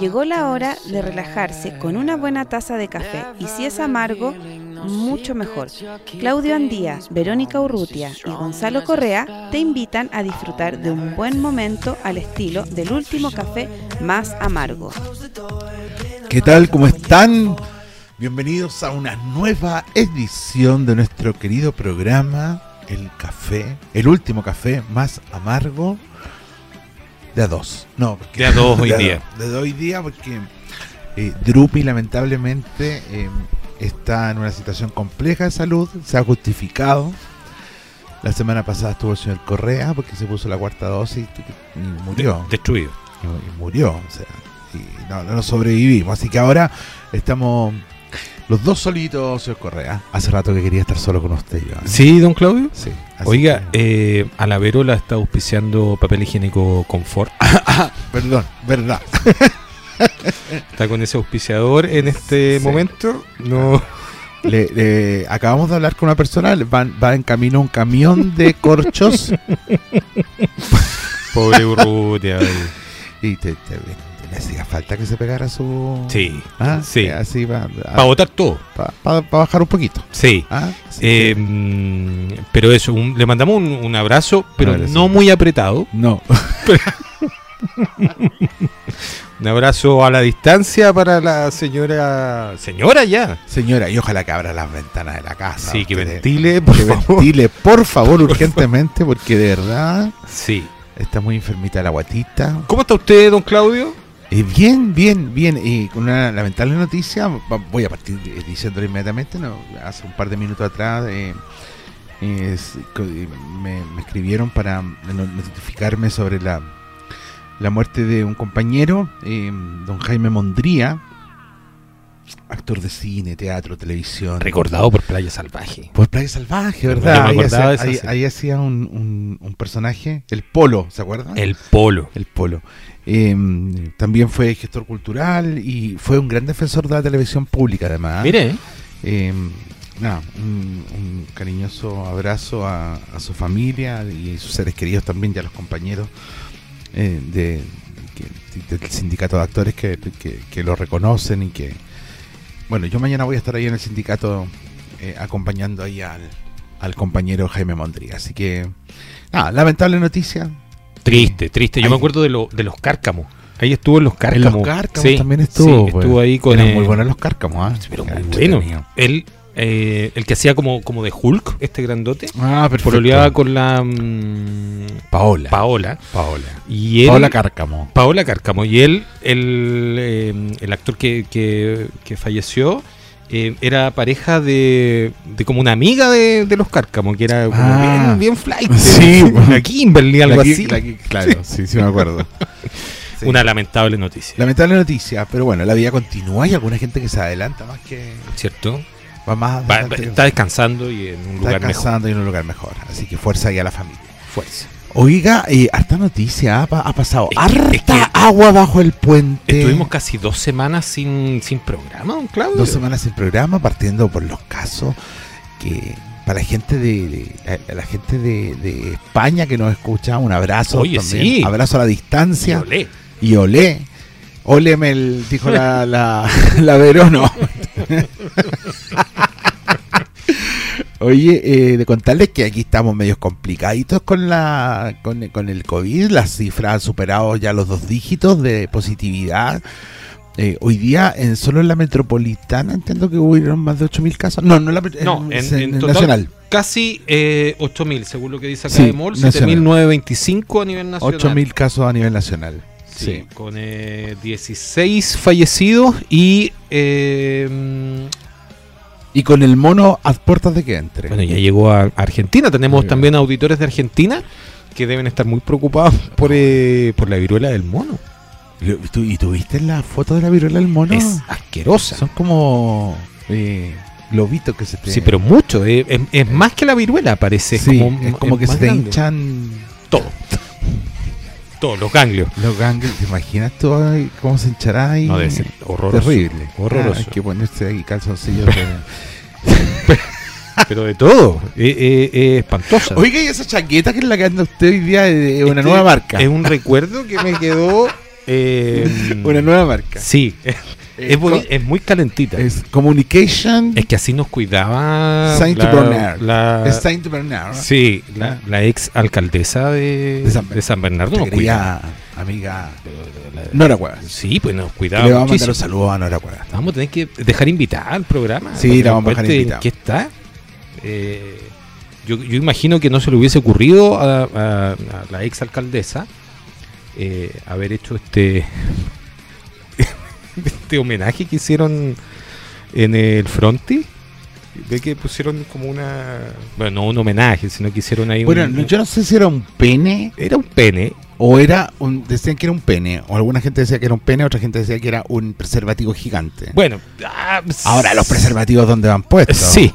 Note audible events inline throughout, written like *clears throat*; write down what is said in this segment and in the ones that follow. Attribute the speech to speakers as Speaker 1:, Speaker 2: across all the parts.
Speaker 1: Llegó la hora de relajarse con una buena taza de café y si es amargo, mucho mejor. Claudio Andía, Verónica Urrutia y Gonzalo Correa te invitan a disfrutar de un buen momento al estilo del último café más amargo.
Speaker 2: ¿Qué tal? ¿Cómo están? Bienvenidos a una nueva edición de nuestro querido programa el café, el último café más amargo de a dos. No,
Speaker 3: porque, de a dos hoy día.
Speaker 2: *laughs* De, hoy día porque eh, Drupi lamentablemente eh, está en una situación compleja de salud, se ha justificado. La semana pasada estuvo el señor Correa porque se puso la cuarta dosis y, y murió.
Speaker 3: De, destruido.
Speaker 2: Y, y, murió, o sea, y no, no sobrevivimos. Así que ahora estamos... Los dos solitos, señor Correa. Hace rato que quería estar solo con usted. Yo, ¿no?
Speaker 3: ¿Sí, don Claudio?
Speaker 2: Sí.
Speaker 3: Oiga, que... eh, a la Verola está auspiciando papel higiénico confort.
Speaker 2: Perdón, verdad.
Speaker 3: está con ese auspiciador en este sí. momento. No.
Speaker 2: Le, le, acabamos de hablar con una persona, va, va en camino un camión
Speaker 3: *laughs*
Speaker 2: de corchos.
Speaker 3: *laughs* Pobre *laughs* Urrutia.
Speaker 2: y te, te, le hacía falta que se pegara su.
Speaker 3: Sí.
Speaker 2: ¿Ah?
Speaker 3: sí.
Speaker 2: Así va.
Speaker 3: Para votar todo.
Speaker 2: Para pa, pa bajar un poquito.
Speaker 3: Sí.
Speaker 2: ¿Ah?
Speaker 3: Eh, que... Pero eso, un, le mandamos un, un abrazo, pero ver, no sí. muy apretado.
Speaker 2: No.
Speaker 3: un abrazo a la distancia para la señora. Señora ya.
Speaker 2: Señora, y ojalá que abra las ventanas de la casa.
Speaker 3: Sí, que ventile, por
Speaker 2: que
Speaker 3: favor.
Speaker 2: Ventile,
Speaker 3: *laughs*
Speaker 2: por favor, urgentemente, porque de verdad.
Speaker 3: Sí.
Speaker 2: Está muy enfermita la guatita.
Speaker 3: ¿Cómo está usted, don Claudio?
Speaker 2: Eh, bien, bien, bien. Y con una lamentable noticia, voy a partir eh, diciéndolo inmediatamente, ¿no? hace un par de minutos atrás eh, me, me, escribieron para notificarme sobre la, la muerte de un compañero, eh, don Jaime Mondría, actor de cine, teatro, televisión.
Speaker 3: Recordado por Playa Salvaje.
Speaker 2: Por Pues Playa Salvaje, ¿verdad? No ahí, hacía, eso, ahí, sí. ahí hacía un, un, un personaje, el Polo, ¿se acuerdan?
Speaker 3: El Polo.
Speaker 2: El Polo. Eh, también fue gestor cultural y fue un gran defensor de la televisión pública, además.
Speaker 3: Mire.
Speaker 2: Eh, nada, un, un, cariñoso abrazo a, a, su familia y sus seres queridos también, y a los compañeros eh, de, que, del sindicato de actores que, que, que, lo reconocen y que. Bueno, yo mañana voy a estar ahí en el sindicato eh, acompañando ahí al, al compañero Jaime Mondría. Así que, nada, lamentable noticia.
Speaker 3: Triste, triste. Yo ahí. me acuerdo de, lo, de los cárcamos. Ahí estuvo en los cárcamos.
Speaker 2: En los cárcamos sí, también estuvo.
Speaker 3: Sí, estuvo pues. ahí con.
Speaker 2: Eran eh, muy buenos los cárcamos, ¿ah?
Speaker 3: Pero muy bueno. Él, eh, el que hacía como, como de Hulk, este grandote.
Speaker 2: Ah, perfecto.
Speaker 3: Pololeaba con la. Mmm,
Speaker 2: Paola.
Speaker 3: Paola.
Speaker 2: Paola.
Speaker 3: Y él,
Speaker 2: Paola Cárcamo.
Speaker 3: Paola Cárcamo. Y él, el, eh, el actor que, que, que falleció. Eh, era pareja de, de, como una amiga de, de los cárcamos, que era como
Speaker 2: ah,
Speaker 3: bien, bien *laughs*
Speaker 2: *laughs*
Speaker 3: flight.
Speaker 2: Sí,
Speaker 3: la Kimberly, algo
Speaker 2: la
Speaker 3: así.
Speaker 2: La, claro, sí. sí, sí, me acuerdo.
Speaker 3: *laughs* Sí. Una lamentable noticia.
Speaker 2: Lamentable noticia, pero bueno, la vida continúa y alguna gente que se adelanta más que.
Speaker 3: ¿Cierto?
Speaker 2: Va más.
Speaker 3: Va, está descansando y en un
Speaker 2: está
Speaker 3: lugar
Speaker 2: descansando mejor. descansando
Speaker 3: y
Speaker 2: en un lugar mejor. Así que fuerza ahí a la familia.
Speaker 3: Fuerza.
Speaker 2: Oiga, eh, harta noticia, ha, ha pasado es harta que, es que agua bajo el puente.
Speaker 3: Estuvimos casi dos semanas sin, sin programa, don Claudio.
Speaker 2: Dos semanas sin programa, partiendo por los casos que para la gente de, de la, la, gente de, de, España que nos escucha, un abrazo
Speaker 3: Oye,
Speaker 2: también,
Speaker 3: sí.
Speaker 2: abrazo a la distancia.
Speaker 3: Y olé.
Speaker 2: Y olé. olé me el, dijo la, la, la Verono. *laughs* Oye, eh, de contarles que aquí estamos medios complicaditos con la con, con, el COVID. Las cifras han superado ya los dos dígitos de positividad. Eh, hoy día, en solo en la metropolitana, entiendo que hubieron más de 8.000 casos. No, no, la,
Speaker 3: no en, en, en, en total, nacional. Casi eh, 8.000, según lo que dice acá
Speaker 2: sí,
Speaker 3: de Mol, 7.925 a nivel nacional.
Speaker 2: 8.000 casos a nivel nacional.
Speaker 3: Sí, sí. con 16 fallecidos y... em,
Speaker 2: Y con el mono a puertas de que entre.
Speaker 3: Bueno, ya llegó a Argentina. Tenemos muy también bien. auditores de Argentina que deben estar muy preocupados por, eh, por la viruela del mono.
Speaker 2: ¿Y tuviste la foto de la viruela del mono?
Speaker 3: Es asquerosa.
Speaker 2: Son como eh, globitos que se te...
Speaker 3: Sí, pero mucho. Eh, es, es, más que la viruela, parece.
Speaker 2: Sí, como, es como es que se grande. te hinchan...
Speaker 3: Todo. Todos los ganglios.
Speaker 2: Los ganglios, ¿te imaginas tú ay, cómo se hinchará ahí?
Speaker 3: No, debe ser horroroso.
Speaker 2: Terrible.
Speaker 3: Horroroso. Ah,
Speaker 2: hay que ponerse ahí calzoncillos. De...
Speaker 3: *laughs* pero de todo. Eh, Es espantosa.
Speaker 2: Oiga, y esa chaqueta que es la que anda usted hoy día es una nueva marca.
Speaker 3: Este Es un recuerdo que me quedó. *laughs* eh,
Speaker 2: *laughs* Una nueva marca. Eh,
Speaker 3: Sí, es, es muy, es muy calentita. Es,
Speaker 2: Es Communication
Speaker 3: que así nos cuidaba.
Speaker 2: Saint
Speaker 3: la-
Speaker 2: Bernard.
Speaker 3: la-
Speaker 2: Es Saint Bernard.
Speaker 3: sí, la, la ex alcaldesa de,
Speaker 2: De San Bernardo.
Speaker 3: de San Bernardo
Speaker 2: Te
Speaker 3: nos cuidaba.
Speaker 2: quería, amiga Nora Cuevas.
Speaker 3: Sí, pues
Speaker 2: Que
Speaker 3: nos
Speaker 2: Le
Speaker 3: cuidaba.
Speaker 2: vamos a mandar
Speaker 3: muchísimo.
Speaker 2: un saludo a Nora Cuevas.
Speaker 3: Vamos a tener que dejar invitada al programa.
Speaker 2: Sí,
Speaker 3: para que
Speaker 2: la
Speaker 3: nos
Speaker 2: vamos a dejar
Speaker 3: cuente en
Speaker 2: invitada.
Speaker 3: ¿Qué está? Eh, yo, yo imagino que no se le hubiese ocurrido a, a- a la ex alcaldesa eh, haber hecho este, *laughs* este homenaje que hicieron en el Fronti. De que pusieron como una. Bueno, no un homenaje, sino que hicieron ahí
Speaker 2: Bueno,
Speaker 3: un.
Speaker 2: no- yo no sé si era un pene
Speaker 3: Era un pene.
Speaker 2: o era un. Decían que era un pene. O alguna gente decía que era un pene, otra gente decía que era un preservativo gigante.
Speaker 3: Bueno, ah,
Speaker 2: Ahora, los preservativos, ¿dónde van puestos?
Speaker 3: Sí,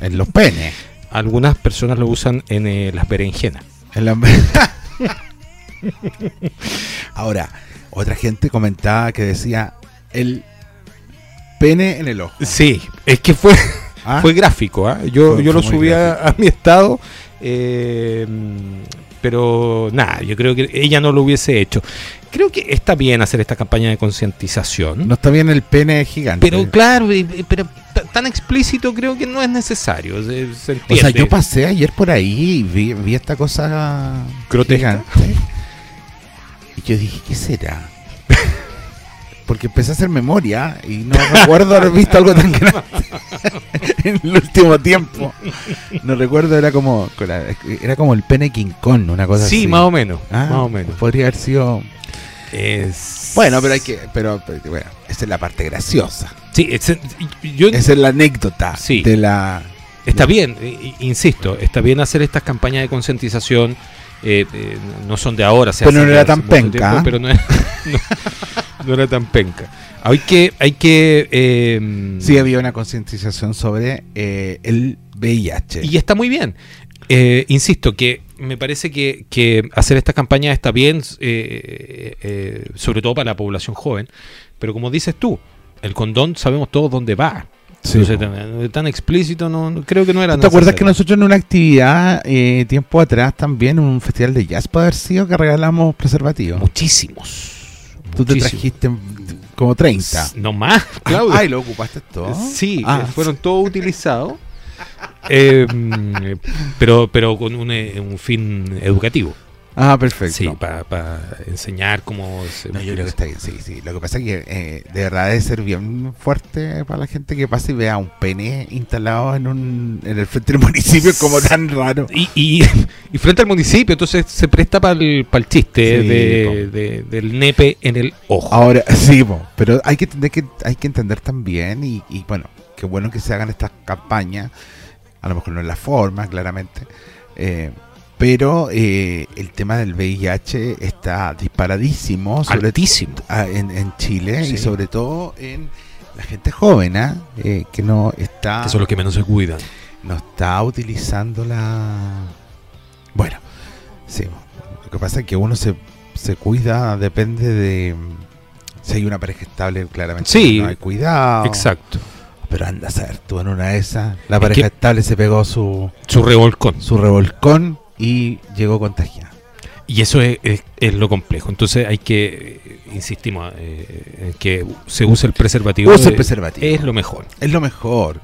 Speaker 2: En los penes.
Speaker 3: algunas personas lo usan en eh, las berenjenas.
Speaker 2: En la- *laughs* Ahora, otra gente comentaba que decía el pene en el ojo.
Speaker 3: Sí, es que fue.
Speaker 2: ¿Ah?
Speaker 3: Fue gráfico, ¿ah? yo,
Speaker 2: Fue- fue
Speaker 3: yo lo
Speaker 2: muy
Speaker 3: subí a, a mi estado, eh, pero nada, yo creo que ella no lo hubiese hecho. Creo que está bien hacer esta campaña de concientización,
Speaker 2: No está bien el pene gigante.
Speaker 3: pero claro, y- y- pero t- tan explícito creo que no es necesario.
Speaker 2: o
Speaker 3: se- se
Speaker 2: sea,
Speaker 3: entiende.
Speaker 2: yo pasé ayer por ahí y vi, vi esta cosa
Speaker 3: Grotesca.
Speaker 2: gigante. Y yo dije, ¿qué será? Porque empecé a hacer memoria y
Speaker 3: *laughs*
Speaker 2: no recuerdo haber visto algo tan grande *laughs* en el último tiempo. No recuerdo, era como era como el pene King Kong, una cosa así.
Speaker 3: sí, más o menos,
Speaker 2: Ah,
Speaker 3: más o menos.
Speaker 2: Podría haber sido.
Speaker 3: Es-
Speaker 2: Bueno, pero hay que. Pero, pero, bueno, esa es la parte graciosa.
Speaker 3: Sí, es- yo-
Speaker 2: Esa es la anécdota
Speaker 3: Sí.
Speaker 2: de la.
Speaker 3: Está bien, i- i- insisto, está bien hacer estas campañas de concientización. eh, eh, no son de ahora, se
Speaker 2: Pero no
Speaker 3: hacen de
Speaker 2: era
Speaker 3: hace
Speaker 2: tan
Speaker 3: mucho
Speaker 2: penca, ¿ah?
Speaker 3: pero no, es- *laughs* no- no era tan penca. Hay que. Hay que eh,
Speaker 2: Sí, había una concientización sobre eh, el VIH.
Speaker 3: Y está muy bien. Eh, insisto, que me parece que, que hacer esta campaña está bien, eh, eh, sobre todo para la población joven. Pero como dices tú, el condón sabemos todos dónde va.
Speaker 2: Sí,
Speaker 3: Entonces,
Speaker 2: po.
Speaker 3: tan, tan explícito, no, no- creo que no era
Speaker 2: ¿Tú ¿Te acuerdas que
Speaker 3: necesario.
Speaker 2: nosotros en una actividad eh, tiempo atrás también, un festival de jazz, puede haber sido que regalamos preservativos?
Speaker 3: Muchísimos.
Speaker 2: Tú te
Speaker 3: muchísimos.
Speaker 2: trajiste como 30.
Speaker 3: No más, Claudio.
Speaker 2: Ay, lo ocupaste todo.
Speaker 3: sí,
Speaker 2: Ah,
Speaker 3: eh, fueron todos utilizados. eh, mm, pero, pero con un, eh, un fin educativo.
Speaker 2: Ah, perfecto.
Speaker 3: Sí, para enseñar cómo se.
Speaker 2: No, yo creo que está bien, sí, sí. Lo que pasa es que eh, de verdad debe ser bien fuerte para la gente que pasa y vea un pene instalado en un en el frente del municipio como tan raro.
Speaker 3: y, y, y frente al municipio, entonces se presta para el chiste
Speaker 2: Sí,
Speaker 3: de- de- del nepe en el ojo.
Speaker 2: Ahora, *laughs* sí, po, pero hay que entender que hay que entender también y, y bueno, qué bueno que se hagan estas campañas, a lo mejor no es la forma, claramente, eh, pero eh, el tema del VIH está disparadísimo, sobre
Speaker 3: Altísimo.
Speaker 2: a- en, en Chile y
Speaker 3: Sí.
Speaker 2: sobre todo en la gente joven, ¿ah? Eh, que no está,
Speaker 3: Ah. Que son los que menos se cuidan.
Speaker 2: no está utilizando la... Bueno, sí, lo que pasa es que uno se, se cuida, depende de... Si hay una pareja estable, claramente
Speaker 3: Sí.
Speaker 2: no hay cuidado.
Speaker 3: Exacto.
Speaker 2: Pero anda a saber, tú en una de esas, la pareja
Speaker 3: que-
Speaker 2: estable se pegó su,
Speaker 3: Su revolcón.
Speaker 2: su revolcón y llegó contagiada.
Speaker 3: Y eso es, es- es lo complejo. Entonces hay que, eh, insistimos, eh, en que se use el preservativo.
Speaker 2: Usa el
Speaker 3: eh,
Speaker 2: preservativo.
Speaker 3: Es lo mejor.
Speaker 2: Es lo mejor.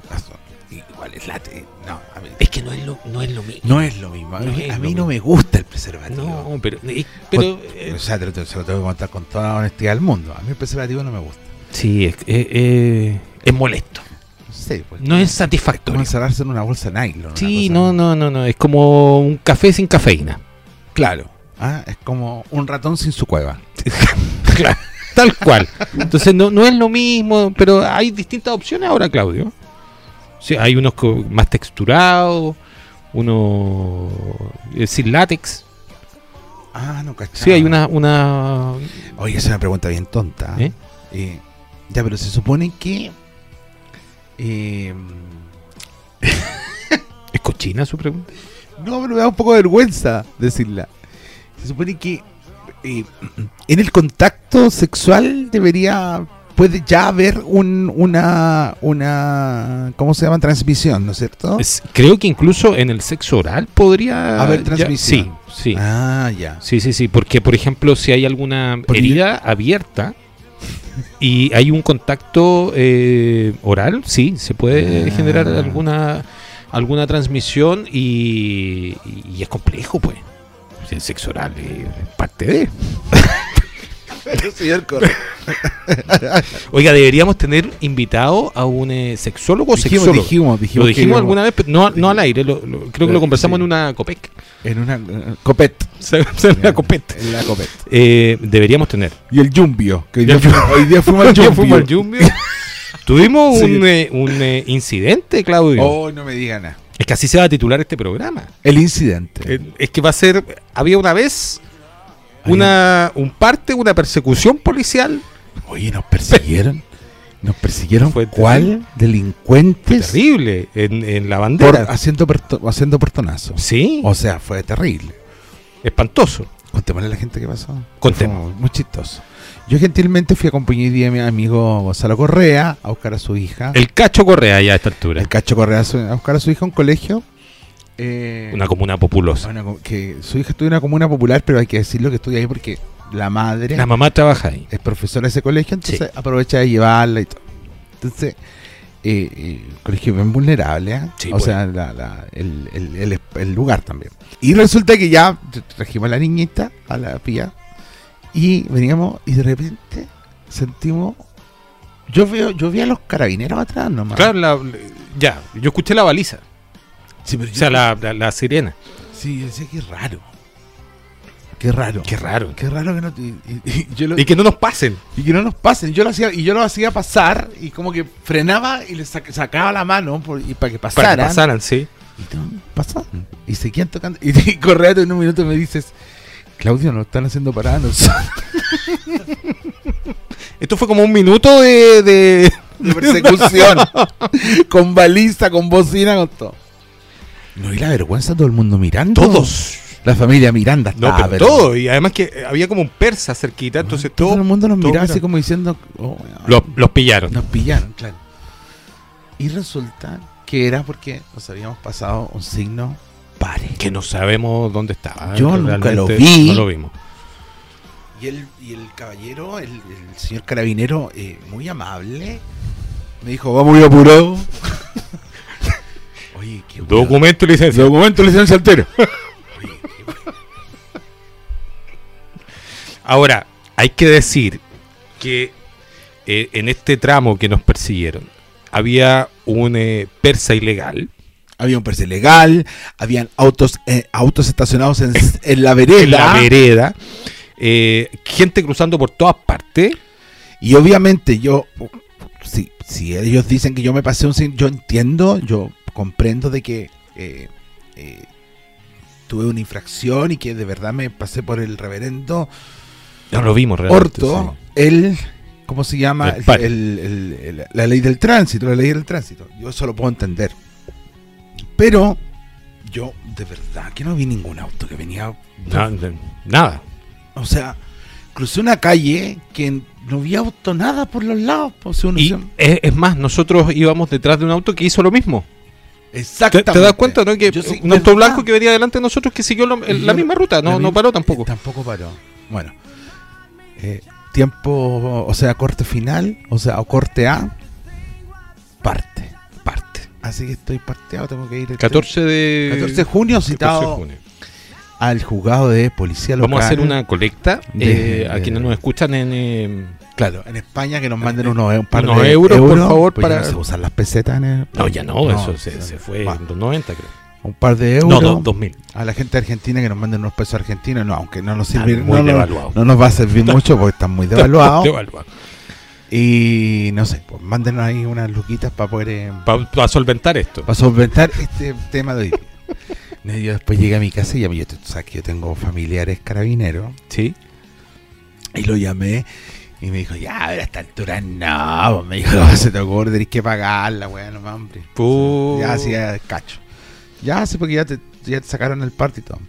Speaker 2: Igual es la... No, a mí-
Speaker 3: Es que no es lo, no es lo mismo.
Speaker 2: No es lo mismo. A
Speaker 3: No
Speaker 2: mí,
Speaker 3: es
Speaker 2: a
Speaker 3: lo
Speaker 2: mí no
Speaker 3: mismo.
Speaker 2: me gusta el preservativo.
Speaker 3: No, pero, eh, pero eh,
Speaker 2: o sea, te lo- te- se lo tengo que contar con toda la honestidad del mundo. A mí el preservativo no me gusta.
Speaker 3: sí, es, eh, eh, es molesto.
Speaker 2: Sí, pues,
Speaker 3: No es
Speaker 2: como
Speaker 3: satisfactorio.
Speaker 2: encerrarse en una bolsa de nylon. una
Speaker 3: Sí,
Speaker 2: cosa-
Speaker 3: no, no, no, no. Es como un café sin cafeína.
Speaker 2: Claro. Ah, es como un ratón sin su
Speaker 3: *laughs*
Speaker 2: cueva.
Speaker 3: Claro, Tal cual. Entonces no, no es lo mismo, pero hay distintas opciones ahora, Claudio. Sí, hay unos co- más texturados, unos eh, sin látex.
Speaker 2: Ah, no, cachai.
Speaker 3: Sí, hay una... una
Speaker 2: Oye, esa es una pregunta bien tonta.
Speaker 3: ¿Eh?
Speaker 2: Eh, ya, pero se supone que. eh,
Speaker 3: ¿Es cochina su pregunta?
Speaker 2: No, pero me da un poco de vergüenza decirla. *clears throat* Se supone que eh, en el contacto sexual debería puede ya haber un, una, una, ¿cómo se llama? Transmisión, ¿no es cierto?
Speaker 3: Es- creo que incluso en el sexo oral podría
Speaker 2: Haber
Speaker 3: ya-
Speaker 2: transmisión.
Speaker 3: sí, sí.
Speaker 2: Ah, ya.
Speaker 3: Sí, sí, sí, porque por ejemplo, si hay alguna
Speaker 2: Porque
Speaker 3: herida abierta y hay un contacto eh, oral, sí, se puede
Speaker 2: Ah.
Speaker 3: generar alguna alguna transmisión y, y es complejo, pues. Si El sexo oral es parte de.
Speaker 2: Señor Correa.
Speaker 3: *laughs* Oiga, deberíamos tener invitado a un eh, sexólogo o
Speaker 2: dijimos,
Speaker 3: sexólogo.
Speaker 2: dijimos, dijimos
Speaker 3: lo
Speaker 2: que
Speaker 3: dijimos
Speaker 2: íbamos
Speaker 3: alguna vez, pero no, no al aire. lo- lo- creo que
Speaker 2: Claro,
Speaker 3: lo conversamos
Speaker 2: sí.
Speaker 3: en una copec.
Speaker 2: En una eh, copet. Eh,
Speaker 3: Se- se- *laughs* en una copet.
Speaker 2: En la copet.
Speaker 3: Eh, deberíamos tener.
Speaker 2: Y el jumbio. Que hoy,
Speaker 3: Y
Speaker 2: día
Speaker 3: el
Speaker 2: fuimos, hoy día
Speaker 3: *laughs*
Speaker 2: fuimos al
Speaker 3: Yo
Speaker 2: jumbio.
Speaker 3: fumo al Jumbio. *laughs* Tuvimos
Speaker 2: Sí.
Speaker 3: un, eh, un, eh, incidente, Claudio.
Speaker 2: Oh, no me digan nada.
Speaker 3: Es que así se va a titular este programa.
Speaker 2: El incidente.
Speaker 3: Eh, Es que va a ser. Había una vez una, un parte, una persecución policial.
Speaker 2: Oye, nos persiguieron. Nos persiguieron.
Speaker 3: Fue
Speaker 2: ¿Cuál?
Speaker 3: terrible.
Speaker 2: Delincuentes.
Speaker 3: Terrible. En, en la
Speaker 2: Pues. Por, Oh.
Speaker 3: bandera.
Speaker 2: haciendo, perto- haciendo portonazo.
Speaker 3: sí.
Speaker 2: O sea, fue terrible.
Speaker 3: Espantoso.
Speaker 2: Contémosle a la gente qué pasó.
Speaker 3: Contemos.
Speaker 2: Fue Muy chistoso. Yo gentilmente fui a acompañar a mi amigo Gonzalo Correa a buscar a su hija.
Speaker 3: El cacho Correa ya a esta altura.
Speaker 2: Ah. El cacho Correa a su- a buscar a su hija a un colegio. Eh,
Speaker 3: Una comuna populosa.
Speaker 2: una co- que su hija estudia en una comuna popular, pero hay que decirlo que estudia ahí porque la madre
Speaker 3: La mamá trabaja ahí.
Speaker 2: es profesora de ese colegio, entonces aprovecha de llevarla y todo. Entonces, eh, eh, colegio bien vulnerable, ¿eh?
Speaker 3: Sí,
Speaker 2: o
Speaker 3: pues.
Speaker 2: sea, la- la- el, el- el- el lugar también. Y resulta que ya tra- trajimos a la niñita, a la pía, y veníamos y de repente sentimos... Yo veo, yo vi a los carabineros atrás nomás.
Speaker 3: Claro, la- ya. Yo escuché la baliza.
Speaker 2: Sí, pero
Speaker 3: O
Speaker 2: yo-
Speaker 3: sea, la, la, la sirena.
Speaker 2: sí, yo decía, qué raro. Qué raro.
Speaker 3: Qué raro.
Speaker 2: Qué raro que no... y- y- y yo lo-
Speaker 3: Y que no nos pasen.
Speaker 2: Y que no nos pasen. Yo lo hacía, y yo lo hacía pasar y como que frenaba y le sac- sacaba la mano por- y para que
Speaker 3: Para
Speaker 2: pasara.
Speaker 3: que pasaran, sí.
Speaker 2: Y no pasaban. Y seguían tocando. Y, *laughs* y Correa en un minuto me dices, Claudio, nos están haciendo parar a nosotros".
Speaker 3: Esto fue como un minuto de- *laughs* de,
Speaker 2: *laughs* de persecución. *laughs* con baliza, con bocina, con todo. No, y la vergüenza todo el mundo mirando.
Speaker 3: Todos.
Speaker 2: La familia Miranda
Speaker 3: No,
Speaker 2: estaba,
Speaker 3: pero
Speaker 2: Ah, pero-
Speaker 3: todo. Y además que eh, había como un persa cerquita, entonces
Speaker 2: Todo el
Speaker 3: todo.
Speaker 2: mundo nos
Speaker 3: todo
Speaker 2: miraba así
Speaker 3: mirando.
Speaker 2: como diciendo, "Oh,
Speaker 3: Los, los pillaron.
Speaker 2: Nos pillaron, claro. Y resulta que era porque nos habíamos pasado un signo pare.
Speaker 3: Que no sabemos dónde estaba.
Speaker 2: Yo nunca lo
Speaker 3: Realmente
Speaker 2: vi.
Speaker 3: No lo vimos.
Speaker 2: Y el, y el caballero, el, el señor carabinero, eh, muy amable, me dijo, va muy apurado. *laughs* Oye, qué weón.
Speaker 3: Documento y licencia. Documento y licencia altero.
Speaker 2: Oye, qué weón.
Speaker 3: *laughs* Ahora, hay que decir que eh, en este tramo que nos persiguieron, había un eh, persa ilegal.
Speaker 2: Había un perse legal, habían autos eh, autos estacionados en, en la vereda.
Speaker 3: En la vereda. eh, gente cruzando por todas partes.
Speaker 2: Y obviamente yo, si, si ellos dicen que yo me pasé un sin, yo entiendo, yo comprendo de que eh, eh, tuve una infracción y que de verdad me pasé por el reverendo
Speaker 3: No lo vimos realmente.
Speaker 2: Orto,
Speaker 3: sí.
Speaker 2: el, ¿cómo se llama?
Speaker 3: El par.
Speaker 2: El- el- el- la ley del tránsito, la ley del tránsito. Yo eso lo puedo entender. Pero yo de verdad que no vi ningún auto que venía
Speaker 3: Na- na- nada.
Speaker 2: o sea, crucé una calle que no vi auto nada por los lados. pues, si uno
Speaker 3: Y
Speaker 2: se-
Speaker 3: es, es más, nosotros íbamos detrás de un auto que hizo lo mismo. ¿Te,
Speaker 2: Exactamente.
Speaker 3: te das cuenta, no? Que
Speaker 2: Yo sí,
Speaker 3: un auto
Speaker 2: ¿verdad?
Speaker 3: blanco que venía delante de nosotros que siguió lo- el- la
Speaker 2: Yo-
Speaker 3: misma ruta,
Speaker 2: la
Speaker 3: no, no
Speaker 2: misma-
Speaker 3: paró tampoco.
Speaker 2: eh, tampoco paró. Bueno. eh, tiempo, o sea, corte final, o sea, o corte A, parte.
Speaker 3: Parte.
Speaker 2: Así que estoy parteado, tengo que ir. el
Speaker 3: 14 de,
Speaker 2: 14 de junio
Speaker 3: 14 de
Speaker 2: citado
Speaker 3: junio.
Speaker 2: al juzgado de policía local.
Speaker 3: Vamos a hacer una colecta
Speaker 2: de-
Speaker 3: eh, a
Speaker 2: de-
Speaker 3: quienes nos escuchan en. eh,
Speaker 2: Claro, en España que nos manden unos, eh, un par
Speaker 3: Unos
Speaker 2: de
Speaker 3: euros, por favor,
Speaker 2: pues ya
Speaker 3: para-
Speaker 2: no se usan las pesetas en el-
Speaker 3: no, ya no, eso se, se fue
Speaker 2: Va,
Speaker 3: en los 90, creo.
Speaker 2: Un par de euros.
Speaker 3: No, no, 2000.
Speaker 2: A la gente argentina que nos manden unos pesos argentinos, no, aunque no nos
Speaker 3: Están
Speaker 2: sirve,
Speaker 3: muy
Speaker 2: no, no-
Speaker 3: devaluados.
Speaker 2: no nos va a servir mucho porque están muy devaluados.
Speaker 3: *laughs* Devaluado.
Speaker 2: y no sé, pues mándenos ahí unas luquitas para poder eh,
Speaker 3: Para solventar esto.
Speaker 2: para solventar este tema de
Speaker 3: *laughs*
Speaker 2: hoy. No, Yo después llegué a mi casa y llamé, yo, tú sabes que yo tengo familiares carabineros
Speaker 3: Sí.
Speaker 2: y lo llamé y me dijo, ya, a esta altura no, pues", me dijo, *laughs* "No, se te ocurre, tenés que pagarla, weón, no, hombre.
Speaker 3: Pu-
Speaker 2: Ya, sí, ya, cacho. Ya, sí, porque ya te, ya te sacaron el parte y todo.